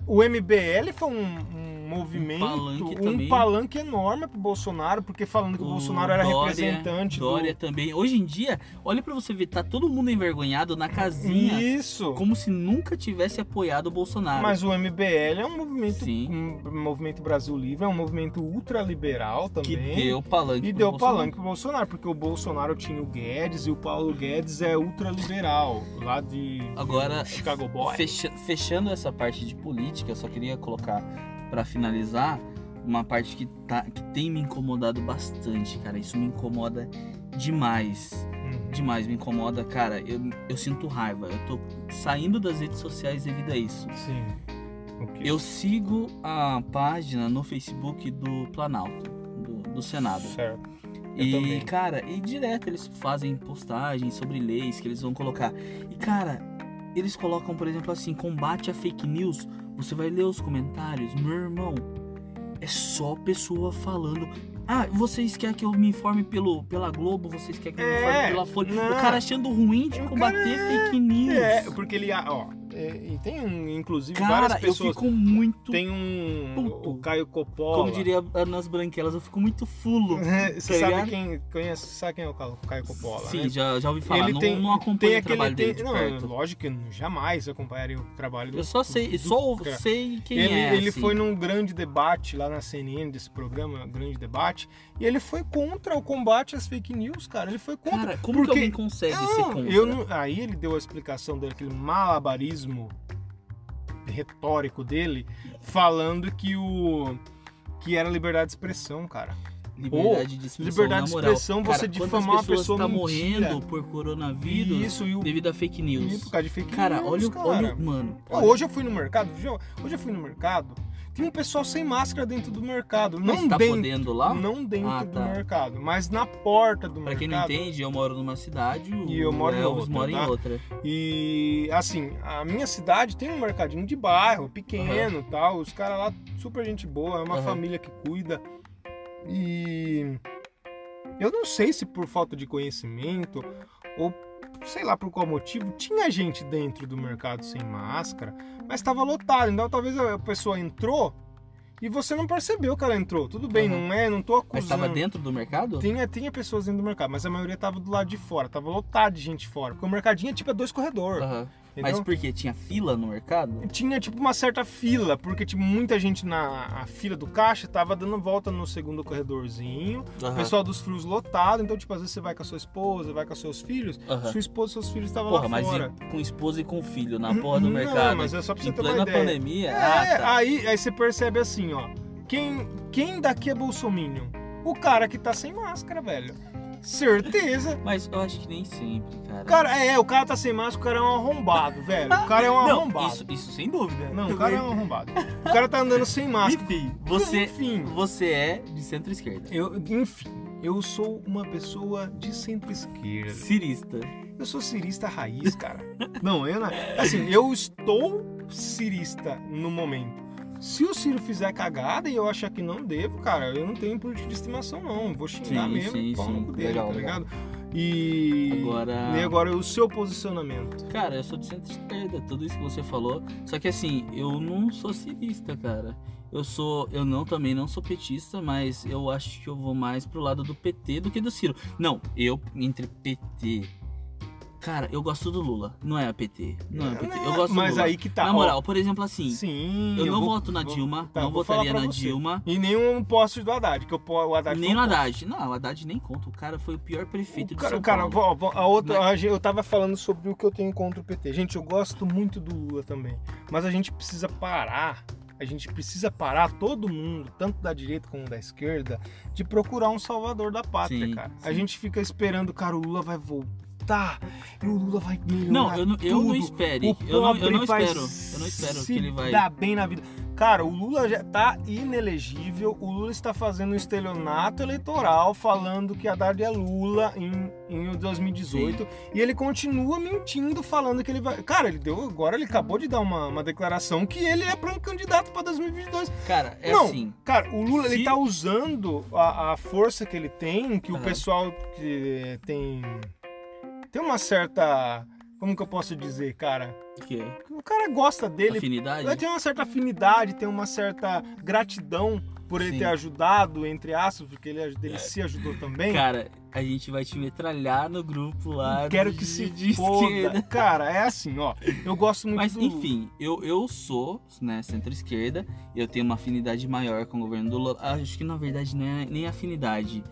Speaker 1: O MBL foi um, um movimento,
Speaker 2: palanque
Speaker 1: um
Speaker 2: também.
Speaker 1: palanque enorme pro Bolsonaro, porque falando que o, Bolsonaro era
Speaker 2: Dória,
Speaker 1: representante
Speaker 2: Dória também. Hoje em dia, olha pra você ver, tá todo mundo envergonhado na
Speaker 1: do.
Speaker 2: casinha,
Speaker 1: Isso!
Speaker 2: como se nunca tivesse apoiado o Bolsonaro.
Speaker 1: Mas o MBL é um movimento.
Speaker 2: Sim.
Speaker 1: Um movimento Brasil Livre, é um movimento ultraliberal
Speaker 2: que
Speaker 1: também.
Speaker 2: deu palanque
Speaker 1: e
Speaker 2: pro
Speaker 1: deu
Speaker 2: Bolsonaro.
Speaker 1: palanque pro Bolsonaro, porque o Bolsonaro tinha o Guedes e o Paulo Guedes é ultraliberal, lá de
Speaker 2: Agora,
Speaker 1: Chicago Boy.
Speaker 2: Fecha- fechando essa parte de política, eu só queria colocar pra finalizar uma parte que, tá, que tem me incomodado bastante, cara. Isso me incomoda demais.
Speaker 1: Uhum.
Speaker 2: Demais, me incomoda, cara. Eu, eu sinto raiva. Eu tô saindo das redes sociais devido a isso.
Speaker 1: Sim. O quê?
Speaker 2: Eu sigo a página no Facebook do Planalto, do, do Senado.
Speaker 1: Certo. Eu
Speaker 2: E,
Speaker 1: também.
Speaker 2: cara, e direto eles fazem postagens sobre leis que eles vão colocar. E, cara, eles colocam, por exemplo, assim, combate a fake news. Você vai ler os comentários, meu irmão. É só pessoa falando. Ah, vocês querem que eu me informe pelo, pela Globo? Vocês querem que eu me
Speaker 1: É,
Speaker 2: informe pela Folha?
Speaker 1: não.
Speaker 2: O cara achando ruim de
Speaker 1: O
Speaker 2: combater
Speaker 1: cara é-
Speaker 2: fake news.
Speaker 1: É, porque ele, ó, é, e tem um, inclusive
Speaker 2: cara,
Speaker 1: várias
Speaker 2: eu
Speaker 1: pessoas.
Speaker 2: fico muito.
Speaker 1: Tem um.
Speaker 2: Puto.
Speaker 1: O Caio Coppola.
Speaker 2: Como diria a- nas branquelas, eu fico muito fulo.
Speaker 1: É, Você
Speaker 2: tá
Speaker 1: sabe
Speaker 2: ligado?
Speaker 1: quem, conhece, sabe quem é o Caio Caio Coppola,
Speaker 2: Sim,
Speaker 1: né?
Speaker 2: já, já ouvi falar.
Speaker 1: Ele
Speaker 2: não,
Speaker 1: tem-
Speaker 2: não acompanho o trabalho dele de
Speaker 1: não,
Speaker 2: perto.
Speaker 1: lógico que eu jamais acompanharia o trabalho
Speaker 2: Eu só sei,
Speaker 1: do-
Speaker 2: só
Speaker 1: do
Speaker 2: ouvo-
Speaker 1: cara.
Speaker 2: sei quem
Speaker 1: ele,
Speaker 2: é.
Speaker 1: ele
Speaker 2: assim.
Speaker 1: foi num grande debate lá na CNN desse programa, um grande debate, e ele foi contra o combate às fake news, cara. Ele foi contra.
Speaker 2: Cara, como
Speaker 1: porque-
Speaker 2: que alguém consegue ser
Speaker 1: Não,
Speaker 2: contra?
Speaker 1: eu não- aí ele deu a explicação daquele malabarismo retórico dele, falando que o que era liberdade de expressão, cara.
Speaker 2: Liberdade de expressão,
Speaker 1: liberdade
Speaker 2: na
Speaker 1: de
Speaker 2: moral.
Speaker 1: expressão, você
Speaker 2: Cara,
Speaker 1: difamar uma
Speaker 2: quantas pessoas
Speaker 1: pessoa
Speaker 2: tá
Speaker 1: mentira.
Speaker 2: morrendo por coronavírus
Speaker 1: E isso e o
Speaker 2: devido a fake
Speaker 1: e
Speaker 2: news.
Speaker 1: por causa de fake
Speaker 2: Cara,
Speaker 1: news,
Speaker 2: olha, o-
Speaker 1: cara.
Speaker 2: olha, o- mano.
Speaker 1: Ó, Hoje eu fui no mercado, viu? hoje eu fui no mercado, tem um pessoal sem máscara dentro do mercado, não
Speaker 2: Mas tá
Speaker 1: dentro,
Speaker 2: podendo lá?
Speaker 1: não dentro
Speaker 2: Ah,
Speaker 1: do
Speaker 2: tá.
Speaker 1: mercado, mas na porta do
Speaker 2: Pra
Speaker 1: mercado.
Speaker 2: quem não entende, eu moro numa cidade, o
Speaker 1: E eu moro em
Speaker 2: Elvis
Speaker 1: outra,
Speaker 2: mora
Speaker 1: tá?
Speaker 2: em outra.
Speaker 1: E assim, a minha cidade tem um mercadinho de bairro, pequeno e tal. Os caras lá, super gente boa, é uma
Speaker 2: Aham.
Speaker 1: família que cuida. E eu não sei se por falta de conhecimento ou sei lá por qual motivo, tinha gente dentro do mercado sem máscara, mas estava lotado. Então talvez a pessoa entrou e você não percebeu que ela entrou. Tudo bem,
Speaker 2: Aham.
Speaker 1: não é, não tô
Speaker 2: Mas
Speaker 1: acusando.
Speaker 2: tava dentro do mercado?
Speaker 1: Tinha, tinha pessoas dentro do mercado, mas a maioria tava do lado de fora, tava lotado de gente fora. Porque o mercadinho é tipo é dois corredores.
Speaker 2: Aham. Mas
Speaker 1: Entendeu?
Speaker 2: por quê? Tinha fila no mercado?
Speaker 1: Tinha tipo uma certa fila, porque tipo, muita gente na a fila do caixa tava dando volta no segundo corredorzinho. O pessoal dos frios lotado, então tipo, às vezes você vai com a sua esposa, vai com seus filhos,
Speaker 2: Aham.
Speaker 1: sua esposa e seus filhos estavam
Speaker 2: Porra,
Speaker 1: lá
Speaker 2: mas
Speaker 1: fora. Uhum.
Speaker 2: e com esposa e com filho na porra do
Speaker 1: Não,
Speaker 2: mercado.
Speaker 1: mas é só pra você
Speaker 2: em
Speaker 1: ter uma
Speaker 2: plena
Speaker 1: ideia.
Speaker 2: pandemia.
Speaker 1: É,
Speaker 2: ah, tá.
Speaker 1: aí, aí você percebe assim, ó. Quem, quem daqui é bolsominion? O cara que tá sem máscara, velho. Certeza.
Speaker 2: Mas eu acho que nem sempre, cara.
Speaker 1: Cara, é, o cara tá sem máscara, o cara é um arrombado, velho. O cara é um
Speaker 2: não,
Speaker 1: arrombado.
Speaker 2: isso, isso sem dúvida.
Speaker 1: Não, o cara é um arrombado. O cara tá andando sem máscara.
Speaker 2: Enfim, você,
Speaker 1: Enfim.
Speaker 2: você é de centro-esquerda.
Speaker 1: Eu, enfim, eu sou uma pessoa de centro-esquerda.
Speaker 2: Cirista.
Speaker 1: Eu sou cirista raiz, cara. Não, eu não. Assim, eu estou cirista no momento. Se o Ciro fizer cagada e eu achar que não devo, cara, eu não tenho política de estimação, não. Eu vou xingar
Speaker 2: Sim,
Speaker 1: mesmo,
Speaker 2: sim,
Speaker 1: pau no
Speaker 2: sim.
Speaker 1: cu dele,
Speaker 2: Legal,
Speaker 1: tá
Speaker 2: legal.
Speaker 1: ligado? E.
Speaker 2: Agora-
Speaker 1: E agora o seu posicionamento.
Speaker 2: Cara, eu sou de centro-esquerda, tudo isso que você falou. Só que assim, eu não sou cirista, cara. Eu sou. Eu não também não sou petista, mas eu acho que eu vou mais pro lado do PT do que do Ciro. Não, eu, entre PT. Cara, eu gosto do Lula. Não é a PT. Não é a PT. Eu gosto
Speaker 1: Mas
Speaker 2: do Lula.
Speaker 1: aí que tá.
Speaker 2: Na
Speaker 1: ó,
Speaker 2: moral, por exemplo, assim,
Speaker 1: sim.
Speaker 2: eu, não
Speaker 1: vou-
Speaker 2: voto na
Speaker 1: vou-
Speaker 2: Dilma,
Speaker 1: tá,
Speaker 2: não
Speaker 1: vou falar
Speaker 2: votaria
Speaker 1: pra
Speaker 2: na
Speaker 1: você.
Speaker 2: Dilma.
Speaker 1: E nenhum poste do Haddad, que eu, o Haddad foi
Speaker 2: Nem
Speaker 1: um
Speaker 2: no Haddad. Não, o Haddad nem conta. O cara foi o pior prefeito
Speaker 1: O
Speaker 2: de
Speaker 1: Cara,
Speaker 2: São
Speaker 1: cara
Speaker 2: Paulo.
Speaker 1: vó, vó, a outra, a gen- eu tava falando sobre o que eu tenho contra o PT. Gente, eu gosto muito do Lula também, mas a gente precisa parar. A gente precisa parar todo mundo, tanto da direita como da esquerda, de procurar um salvador da pátria,
Speaker 2: Sim,
Speaker 1: cara. A
Speaker 2: sim.
Speaker 1: gente fica esperando, cara, o Lula vai voltar e o Lula vai melhorar.
Speaker 2: Não, eu não, eu não
Speaker 1: tudo.
Speaker 2: espere.
Speaker 1: O
Speaker 2: Eu não, eu
Speaker 1: pobre
Speaker 2: não
Speaker 1: vai
Speaker 2: espero. Eu não espero que
Speaker 1: se
Speaker 2: ele vai.
Speaker 1: dar bem na vida. Cara, o Lula já tá inelegível. O Lula está fazendo um estelionato eleitoral falando que Haddad é Lula em, em 2018. E ele continua mentindo, falando que ele vai. Cara, ele deu. Agora ele acabou de dar uma, uma declaração que ele é pra um candidato pra 2022.
Speaker 2: Cara, é
Speaker 1: Não.
Speaker 2: assim.
Speaker 1: Cara, o Lula
Speaker 2: Se-
Speaker 1: ele tá usando a, a força que ele tem, que o
Speaker 2: Aham.
Speaker 1: pessoal que tem. Tem uma certa. Como que eu posso dizer, cara?
Speaker 2: O que é?
Speaker 1: O cara gosta dele
Speaker 2: Afinidade?
Speaker 1: ele tem uma certa afinidade, tem uma certa gratidão por ele
Speaker 2: Sim. É.
Speaker 1: ter ajudado, entre aspas, porque ele, aj- ele se ajudou também.
Speaker 2: Cara, a gente vai te metralhar no grupo lá.
Speaker 1: Quero
Speaker 2: de-
Speaker 1: que se
Speaker 2: de esquerda.
Speaker 1: foda. Cara, é assim, ó. Eu gosto muito
Speaker 2: Mas
Speaker 1: do...
Speaker 2: enfim, eu, eu sou né, centro-esquerda, eu tenho uma afinidade maior com o governo do Lula. Ah, Acho que na verdade não é nem afinidade.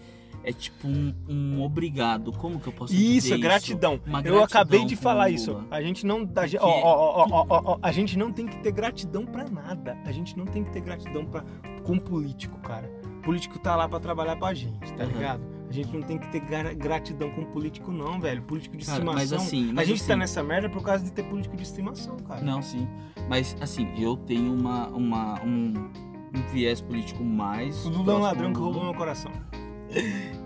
Speaker 2: É tipo um, um obrigado. Como que eu posso dizer?
Speaker 1: Isso, é gratidão.
Speaker 2: Uma
Speaker 1: Eu acabei
Speaker 2: gratidão
Speaker 1: de
Speaker 2: com o
Speaker 1: falar
Speaker 2: Lula.
Speaker 1: isso. A gente não. A gente,
Speaker 2: Que-
Speaker 1: ó, ó, ó, ó, ó, ó, a gente não tem que ter gratidão pra nada. A gente não tem que ter gratidão pra, com político, cara. político tá lá pra trabalhar pra gente, tá
Speaker 2: Aham.
Speaker 1: ligado? A gente não tem que ter gra- gratidão com político, não, velho. Político de
Speaker 2: Cara,
Speaker 1: estimação.
Speaker 2: mas assim,
Speaker 1: a
Speaker 2: mas
Speaker 1: gente tá
Speaker 2: assim-
Speaker 1: nessa merda por causa de ter político de estimação, cara.
Speaker 2: Não, sim. Mas assim, eu tenho uma, uma, um, um viés político mais.
Speaker 1: O Lula é um
Speaker 2: próximo
Speaker 1: ladrão
Speaker 2: ao
Speaker 1: que
Speaker 2: Lula.
Speaker 1: roubou meu coração.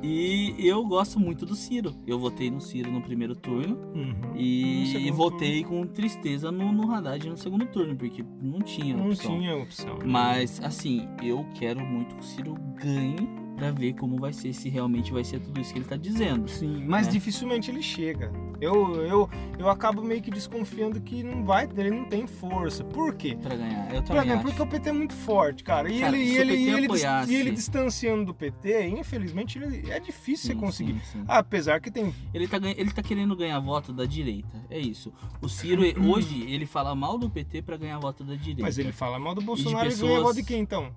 Speaker 2: E eu gosto muito do Ciro. Eu votei no Ciro no primeiro turno Uhum.
Speaker 1: No
Speaker 2: e
Speaker 1: segundo
Speaker 2: votei com tristeza no, no Haddad no segundo turno, porque não tinha
Speaker 1: Não
Speaker 2: opção.
Speaker 1: tinha opção. né?
Speaker 2: Mas assim, eu quero muito que o Ciro ganhe pra ver como vai ser, se realmente vai ser tudo isso que ele tá dizendo.
Speaker 1: Sim, mas
Speaker 2: né?
Speaker 1: dificilmente ele chega. Eu, eu, eu acabo meio que desconfiando que não vai, ele não tem força. Por quê?
Speaker 2: Pra ganhar. Eu
Speaker 1: Pra
Speaker 2: também
Speaker 1: mim,
Speaker 2: acho.
Speaker 1: porque o PT é muito forte, cara. E
Speaker 2: Cara,
Speaker 1: ele,
Speaker 2: se
Speaker 1: e
Speaker 2: o
Speaker 1: ele,
Speaker 2: PT
Speaker 1: e ele, dis-
Speaker 2: apoiasse-
Speaker 1: e ele distanciando do PT, infelizmente, ele- é difícil
Speaker 2: Sim,
Speaker 1: você conseguir.
Speaker 2: sim, sim.
Speaker 1: Apesar que tem.
Speaker 2: Ele tá, ganha- ele tá querendo ganhar voto da direita. É isso. O Ciro, hoje, ele fala mal do PT pra ganhar voto da direita.
Speaker 1: Mas ele fala mal do Bolsonaro e, ganha
Speaker 2: pessoas-
Speaker 1: voto de quem então?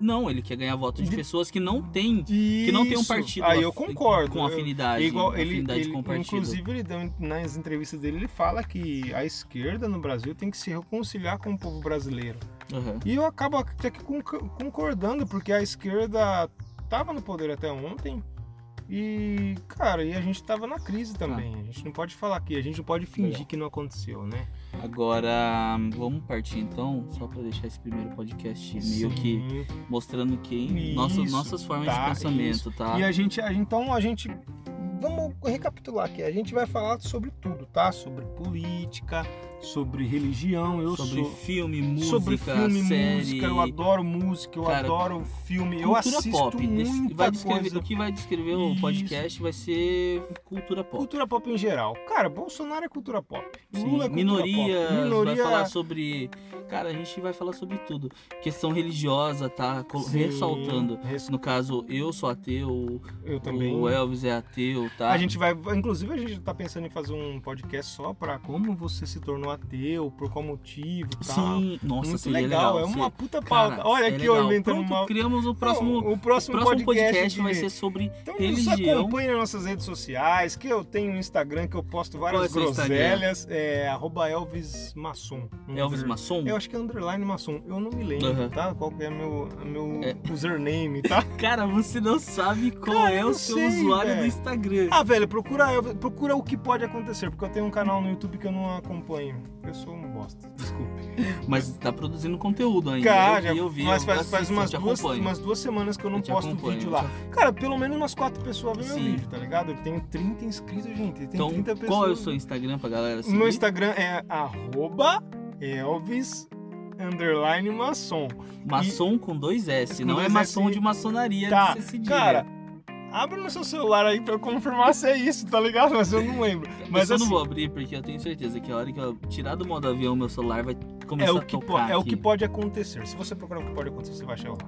Speaker 2: Não, ele quer ganhar voto de
Speaker 1: De-
Speaker 2: pessoas que não têm.
Speaker 1: Que
Speaker 2: Que não tem um partido
Speaker 1: Aí
Speaker 2: af-
Speaker 1: eu concordo.
Speaker 2: com
Speaker 1: eu-
Speaker 2: afinidade.
Speaker 1: É igual ele,
Speaker 2: afinidade
Speaker 1: ele-
Speaker 2: com partido.
Speaker 1: inclusive ele deu nas entrevistas dele ele fala que a esquerda no Brasil tem que se reconciliar com o povo brasileiro
Speaker 2: Aham.
Speaker 1: e eu acabo até que conc- concordando porque a esquerda tava no poder até ontem e cara e a gente tava na crise também a gente não pode falar que a gente não pode fingir
Speaker 2: Tá. Legal.
Speaker 1: que não aconteceu né
Speaker 2: Agora, vamos partir então, só pra deixar esse primeiro podcast meio que
Speaker 1: Sim.
Speaker 2: mostrando quem. Nossas,
Speaker 1: Isso,
Speaker 2: nossas formas
Speaker 1: tá,
Speaker 2: de pensamento, tá?
Speaker 1: E a gente, a- então a gente. Vamos recapitular aqui. A gente vai falar sobre tudo, tá? Sobre política, sobre religião. Eu
Speaker 2: sobre
Speaker 1: sou.
Speaker 2: filme, música,
Speaker 1: sobre filme,
Speaker 2: série.
Speaker 1: música. Eu adoro música, eu
Speaker 2: Cara,
Speaker 1: adoro filme. Eu
Speaker 2: Cultura
Speaker 1: assisto
Speaker 2: pop,
Speaker 1: muita
Speaker 2: desse- vai descrever,
Speaker 1: coisa.
Speaker 2: o que vai descrever o
Speaker 1: Isso.
Speaker 2: podcast vai ser cultura pop.
Speaker 1: Cultura pop em geral. Cara, Bolsonaro é cultura pop.
Speaker 2: Sim,
Speaker 1: Lula é cultura
Speaker 2: minorias,
Speaker 1: pop.
Speaker 2: vai falar sobre. Cara, a gente vai falar sobre tudo. Questão religiosa, tá? Col-
Speaker 1: Sim,
Speaker 2: Ressaltando.
Speaker 1: res-
Speaker 2: No caso, eu sou ateu,
Speaker 1: Eu também.
Speaker 2: o Elvis é ateu, tá?
Speaker 1: A gente vai, inclusive a gente tá pensando em fazer um podcast só pra como você se tornou no ateu, por qual motivo e tal.
Speaker 2: Sim, nossa,
Speaker 1: tá Muito
Speaker 2: seria
Speaker 1: legal,
Speaker 2: legal.
Speaker 1: é
Speaker 2: seria-
Speaker 1: uma puta pauta.
Speaker 2: Cara,
Speaker 1: Olha
Speaker 2: é
Speaker 1: aqui, eu
Speaker 2: legal.
Speaker 1: inventando
Speaker 2: Pronto,
Speaker 1: uma.
Speaker 2: Criamos o
Speaker 1: Não,
Speaker 2: próximo,
Speaker 1: o próximo,
Speaker 2: próximo podcast, vai
Speaker 1: de-
Speaker 2: ser sobre
Speaker 1: Então nos
Speaker 2: religião.
Speaker 1: acompanha nas nossas redes sociais, que eu tenho um Instagram que eu posto várias
Speaker 2: Qual é o seu Instagram?
Speaker 1: groselhas. É arroba Elvis Masson.
Speaker 2: Elvis Masson?
Speaker 1: Eu acho que é underline Masson. Eu não me lembro,
Speaker 2: Aham.
Speaker 1: tá? Qual que é meu, meu
Speaker 2: É.
Speaker 1: username, tá?
Speaker 2: Cara, você não sabe qual
Speaker 1: Cara,
Speaker 2: é
Speaker 1: eu
Speaker 2: o seu
Speaker 1: sei,
Speaker 2: usuário
Speaker 1: velho.
Speaker 2: do Instagram.
Speaker 1: Ah, velho, procura, Elvis- procura o que pode acontecer, porque eu tenho um canal no YouTube que eu não acompanho. Eu sou um bosta, desculpe.
Speaker 2: Mas tá produzindo conteúdo ainda.
Speaker 1: Cara,
Speaker 2: eu vi, eu vi,
Speaker 1: mas
Speaker 2: eu
Speaker 1: faz,
Speaker 2: assisto,
Speaker 1: faz umas,
Speaker 2: eu te
Speaker 1: duas,
Speaker 2: acompanho.
Speaker 1: umas duas semanas que eu não
Speaker 2: Eu te
Speaker 1: posto um
Speaker 2: acompanho,
Speaker 1: vídeo
Speaker 2: eu
Speaker 1: lá.
Speaker 2: te
Speaker 1: Cara, pelo menos umas quatro pessoas vêem meu
Speaker 2: Sim.
Speaker 1: vídeo, tá ligado? Eu tenho 30 inscritos, gente. Eu tenho
Speaker 2: Então,
Speaker 1: 30 pessoas.
Speaker 2: qual é o seu Instagram pra galera seguir?
Speaker 1: Meu Instagram é arroba Elvis underline maçom.
Speaker 2: Maçom com dois S,
Speaker 1: Com
Speaker 2: não
Speaker 1: dois
Speaker 2: é maçom
Speaker 1: S.
Speaker 2: de maçonaria
Speaker 1: Tá,
Speaker 2: é de ser cedilha.
Speaker 1: cara, abre no seu celular aí pra eu confirmar se é isso, tá ligado? Mas eu não lembro. Mas
Speaker 2: eu só
Speaker 1: assim,
Speaker 2: não vou abrir porque eu tenho certeza que a hora que eu tirar do modo avião meu celular vai começar
Speaker 1: é o,
Speaker 2: a
Speaker 1: que po-
Speaker 2: tocar.
Speaker 1: é o
Speaker 2: aqui.
Speaker 1: que pode acontecer. Se você procurar o que pode acontecer, você vai achar lá.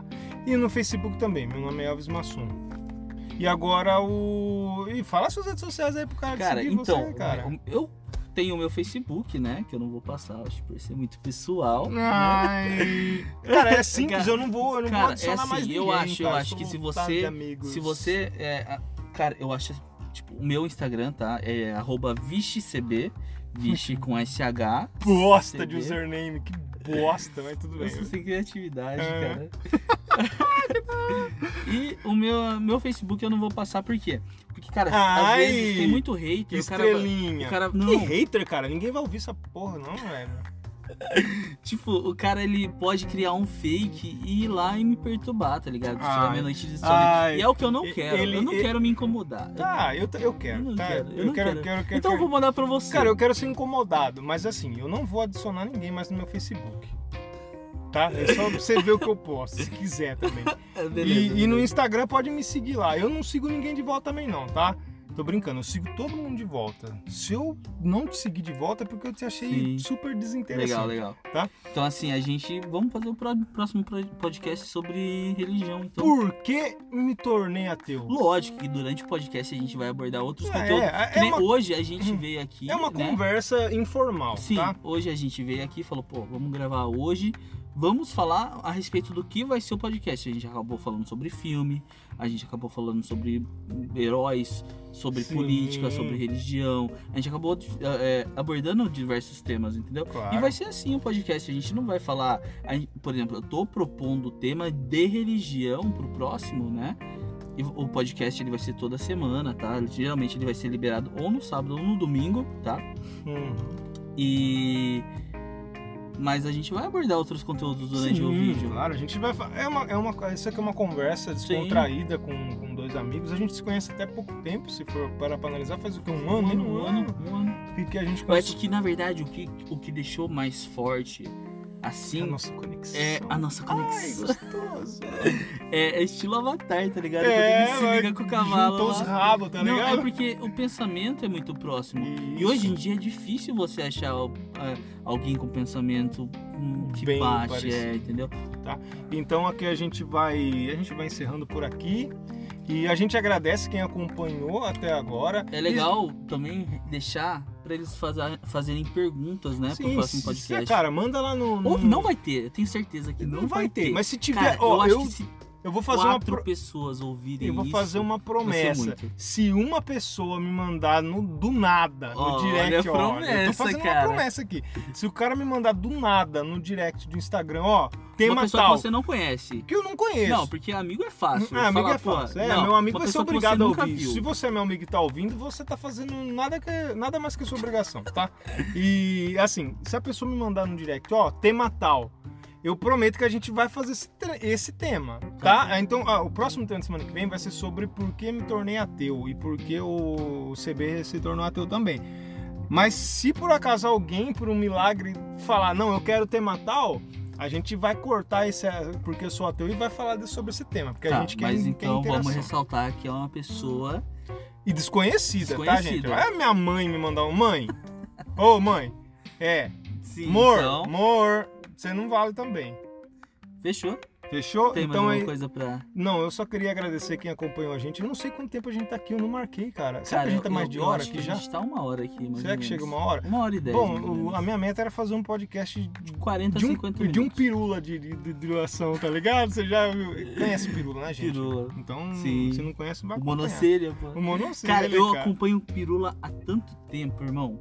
Speaker 1: E no Facebook também, meu nome é Elvis Maçom. E agora o. E fala suas redes sociais aí pro cara,
Speaker 2: Cara,
Speaker 1: seguir
Speaker 2: então,
Speaker 1: você, cara.
Speaker 2: eu tenho o meu Facebook, né? Que eu não vou passar, acho por ser muito pessoal. né?
Speaker 1: Ai. Cara, é simples,
Speaker 2: Cara,
Speaker 1: eu não vou, eu não vou
Speaker 2: cara, é
Speaker 1: adicionar
Speaker 2: assim,
Speaker 1: mais
Speaker 2: eu
Speaker 1: ninguém,
Speaker 2: acho, eu
Speaker 1: cara,
Speaker 2: acho
Speaker 1: tô
Speaker 2: que se
Speaker 1: lotado de
Speaker 2: você-
Speaker 1: amigos.
Speaker 2: Se você. é, a- cara, eu acho. Tipo, o meu Instagram, tá? É arroba vichecb, viche com SH.
Speaker 1: bosta
Speaker 2: CD.
Speaker 1: de username, que bosta, mas tudo bem.
Speaker 2: Eu sou sem criatividade,
Speaker 1: É.
Speaker 2: cara. e o meu, meu Facebook eu não vou passar por quê? Porque, cara,
Speaker 1: Ai,
Speaker 2: às vezes tem muito hate.
Speaker 1: Que
Speaker 2: o cara vai-
Speaker 1: estrelinha.
Speaker 2: O cara,
Speaker 1: Que
Speaker 2: não,
Speaker 1: hater, cara, ninguém vai ouvir essa porra, não, velho.
Speaker 2: tipo, o cara ele pode criar um fake e ir lá e me perturbar, tá ligado?
Speaker 1: Ai.
Speaker 2: Tirar minha noite de sono.
Speaker 1: Ai.
Speaker 2: E é o que eu não
Speaker 1: E-
Speaker 2: quero.
Speaker 1: ele-
Speaker 2: eu não
Speaker 1: ele-
Speaker 2: quero me incomodar.
Speaker 1: Tá, eu, t- eu quero,
Speaker 2: Eu não
Speaker 1: tá?
Speaker 2: quero, eu
Speaker 1: eu
Speaker 2: não
Speaker 1: quero, eu
Speaker 2: quero.
Speaker 1: quero, eu quero.
Speaker 2: Então eu
Speaker 1: quero.
Speaker 2: vou mandar pra você.
Speaker 1: Cara, eu quero ser incomodado, mas assim, eu não vou adicionar ninguém mais no meu Facebook. Tá? É só pra você ver o que eu posto, se quiser também.
Speaker 2: É,
Speaker 1: E-
Speaker 2: beleza,
Speaker 1: e, no
Speaker 2: beleza.
Speaker 1: Instagram pode me seguir lá. Eu não sigo ninguém de volta também, não, tá? Tô brincando, eu sigo todo mundo de volta. Se eu não te seguir de volta é porque eu te achei
Speaker 2: Sim.
Speaker 1: super desinteressante.
Speaker 2: Legal, legal.
Speaker 1: tá?
Speaker 2: Então, assim, a gente. Vamos fazer o pró- próximo pro- podcast sobre religião, então.
Speaker 1: Por que me tornei ateu?
Speaker 2: Lógico que durante o podcast a gente vai abordar outros
Speaker 1: É,
Speaker 2: conteúdos.
Speaker 1: é,
Speaker 2: Que
Speaker 1: é
Speaker 2: nem
Speaker 1: uma,
Speaker 2: Hoje a gente veio aqui.
Speaker 1: é uma
Speaker 2: né?
Speaker 1: conversa informal,
Speaker 2: Sim,
Speaker 1: tá?
Speaker 2: hoje a gente veio aqui e falou, pô, vamos gravar hoje. Vamos falar a respeito do que vai ser o podcast. A gente acabou falando sobre filme, a gente acabou falando sobre heróis, sobre
Speaker 1: Sim.
Speaker 2: política, sobre religião. A gente acabou eh, eh, abordando diversos temas, entendeu?
Speaker 1: Claro.
Speaker 2: E vai ser assim o podcast. A gente não vai falar. a gente- por exemplo, eu tô propondo o tema de religião pro próximo, né? E o podcast ele vai ser toda semana, tá? Geralmente ele vai ser liberado ou no sábado ou no domingo, tá?
Speaker 1: Hum.
Speaker 2: E. Mas a gente vai abordar outros conteúdos durante o
Speaker 1: Sim,
Speaker 2: vídeo.
Speaker 1: Claro, a gente vai. fa- É uma, é uma, isso aqui é uma conversa descontraída com, com dois amigos. A gente se conhece até pouco tempo, se for parar pra analisar, faz o que? Um ano?
Speaker 2: um ano, um ano.
Speaker 1: E que a gente
Speaker 2: Eu acho que, na verdade, o que, o que deixou mais forte,
Speaker 1: a
Speaker 2: assim,
Speaker 1: nossa conexão.
Speaker 2: é a nossa
Speaker 1: Ai,
Speaker 2: conexão.
Speaker 1: gostoso.
Speaker 2: É, é estilo Avatar, tá ligado?
Speaker 1: É,
Speaker 2: Quando ele se liga com o cavalo
Speaker 1: Juntou
Speaker 2: lá.
Speaker 1: os rabos, tá
Speaker 2: Não, é
Speaker 1: ligado?
Speaker 2: porque o pensamento é muito próximo. E hoje em dia é difícil você achar ah, alguém com pensamento hum, que
Speaker 1: Bem
Speaker 2: bate,
Speaker 1: parecido.
Speaker 2: é, entendeu?
Speaker 1: Então aqui a gente vai, a gente vai encerrando por aqui. E a gente agradece quem acompanhou até agora.
Speaker 2: É legal também deixar pra eles faza- fazerem perguntas, né,
Speaker 1: E,
Speaker 2: pro
Speaker 1: sim,
Speaker 2: próximo
Speaker 1: se-
Speaker 2: podcast.
Speaker 1: cara, manda lá no. no-
Speaker 2: Ou não vai ter, eu tenho certeza que não,
Speaker 1: não vai ter. Mas se tiver,
Speaker 2: Cara, eu
Speaker 1: ó,
Speaker 2: acho
Speaker 1: eu,
Speaker 2: que se
Speaker 1: eu vou fazer uma
Speaker 2: quatro
Speaker 1: pro-
Speaker 2: pessoas ouvirem
Speaker 1: eu vou
Speaker 2: isso,
Speaker 1: fazer um uma promessa.
Speaker 2: muito.
Speaker 1: Se uma pessoa me mandar no, do nada no
Speaker 2: Olha
Speaker 1: direct,
Speaker 2: a
Speaker 1: ó, eu tô
Speaker 2: promessa,
Speaker 1: fazendo uma
Speaker 2: cara.
Speaker 1: promessa aqui. Se o cara me mandar do nada no direct do Instagram, ó,
Speaker 2: uma
Speaker 1: tema
Speaker 2: pessoa
Speaker 1: tal
Speaker 2: que você não conhece.
Speaker 1: que eu não conheço.
Speaker 2: Não, porque amigo é fácil.
Speaker 1: Ah, amigo
Speaker 2: Falar,
Speaker 1: é fácil.
Speaker 2: pô,
Speaker 1: É,
Speaker 2: não,
Speaker 1: meu amigo
Speaker 2: uma
Speaker 1: vai ser
Speaker 2: pessoa que
Speaker 1: obrigado
Speaker 2: você
Speaker 1: a
Speaker 2: nunca
Speaker 1: ouvir.
Speaker 2: viu.
Speaker 1: Se você é meu amigo e tá ouvindo, você tá fazendo nada, que- nada mais que a sua obrigação, tá? E assim, se a pessoa me mandar no direct, ó, tema tal, eu prometo que a gente vai fazer esse, tre- esse tema, tá? Ah, Então, ah, o próximo tema de semana que vem vai ser sobre por que me tornei ateu e por que o CB se tornou ateu também. Mas se por acaso alguém, por um milagre, falar, não, eu quero tema tal, a gente vai cortar esse ah, porque eu sou ateu e vai falar de- sobre esse tema, porque
Speaker 2: Tá,
Speaker 1: a gente quer,
Speaker 2: mas
Speaker 1: quer
Speaker 2: então vamos
Speaker 1: interação.
Speaker 2: ressaltar que é uma pessoa.
Speaker 1: E desconhecida, tá, gente?
Speaker 2: Desconhecida.
Speaker 1: Vai a minha mãe me mandar um, mãe, ô mãe, é,
Speaker 2: Sim,
Speaker 1: amor,
Speaker 2: então,
Speaker 1: amor, você não vale também.
Speaker 2: fechou?
Speaker 1: Fechou?
Speaker 2: Tem mais
Speaker 1: então
Speaker 2: alguma
Speaker 1: aí.
Speaker 2: coisa pra.
Speaker 1: Não, eu só queria agradecer quem acompanhou a gente. Eu não sei quanto tempo a gente tá aqui, eu não marquei, cara. Será
Speaker 2: Cara,
Speaker 1: que a gente tá
Speaker 2: eu-
Speaker 1: mais de
Speaker 2: eu
Speaker 1: hora
Speaker 2: acho
Speaker 1: aqui
Speaker 2: que
Speaker 1: já?
Speaker 2: A gente tá uma hora aqui, mais
Speaker 1: Será
Speaker 2: ou
Speaker 1: que
Speaker 2: menos.
Speaker 1: chega uma hora?
Speaker 2: Uma hora e dez. mais ou
Speaker 1: Bom, o-
Speaker 2: menos.
Speaker 1: a minha meta era fazer um podcast de
Speaker 2: 40,
Speaker 1: de um,
Speaker 2: 50
Speaker 1: de um
Speaker 2: minutos.
Speaker 1: pirula de, de, de duração, tá ligado? Você já conhece pirula, né, gente?
Speaker 2: Pirula.
Speaker 1: Então,
Speaker 2: Sim.
Speaker 1: se não conhece, vai
Speaker 2: O
Speaker 1: acompanhar.
Speaker 2: monocelha, pô.
Speaker 1: O monocelha,
Speaker 2: Cara, é eu
Speaker 1: cara.
Speaker 2: acompanho o Pirula há tanto tempo, irmão.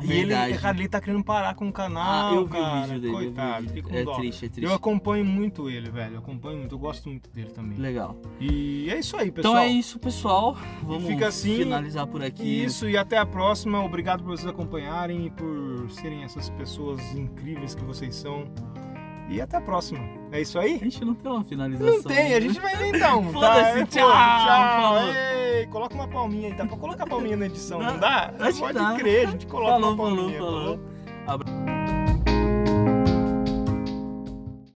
Speaker 2: é
Speaker 1: E ele,
Speaker 2: Verdade.
Speaker 1: cara, ele tá querendo parar com o canal,
Speaker 2: Ah, eu vi
Speaker 1: cara.
Speaker 2: o vídeo dele. eu vi o
Speaker 1: Coitado,
Speaker 2: vídeo.
Speaker 1: fiquei com
Speaker 2: É
Speaker 1: dó.
Speaker 2: triste, é triste.
Speaker 1: Eu acompanho muito ele, velho. Eu acompanho muito, eu gosto muito dele também.
Speaker 2: Legal.
Speaker 1: E é isso aí, pessoal.
Speaker 2: Então é isso, pessoal. Vamos
Speaker 1: fica assim,
Speaker 2: finalizar por aqui.
Speaker 1: Isso, e até a próxima. Obrigado por vocês acompanharem e por serem essas pessoas incríveis que vocês são. E até a próxima. É isso aí?
Speaker 2: A gente não tem uma finalização. né?
Speaker 1: Não tem, a gente vai inventar um.
Speaker 2: Foda-se,
Speaker 1: tá?
Speaker 2: tchau,
Speaker 1: Tchau.
Speaker 2: falou.
Speaker 1: Ei, coloca uma palminha aí, tá? dá pra colocar a palminha na edição, não,
Speaker 2: Não,
Speaker 1: dá?
Speaker 2: acho que
Speaker 1: Pode
Speaker 2: dá.
Speaker 1: crer, a gente coloca
Speaker 2: Falou,
Speaker 1: uma tá
Speaker 2: falou,
Speaker 1: palminha.
Speaker 2: falou.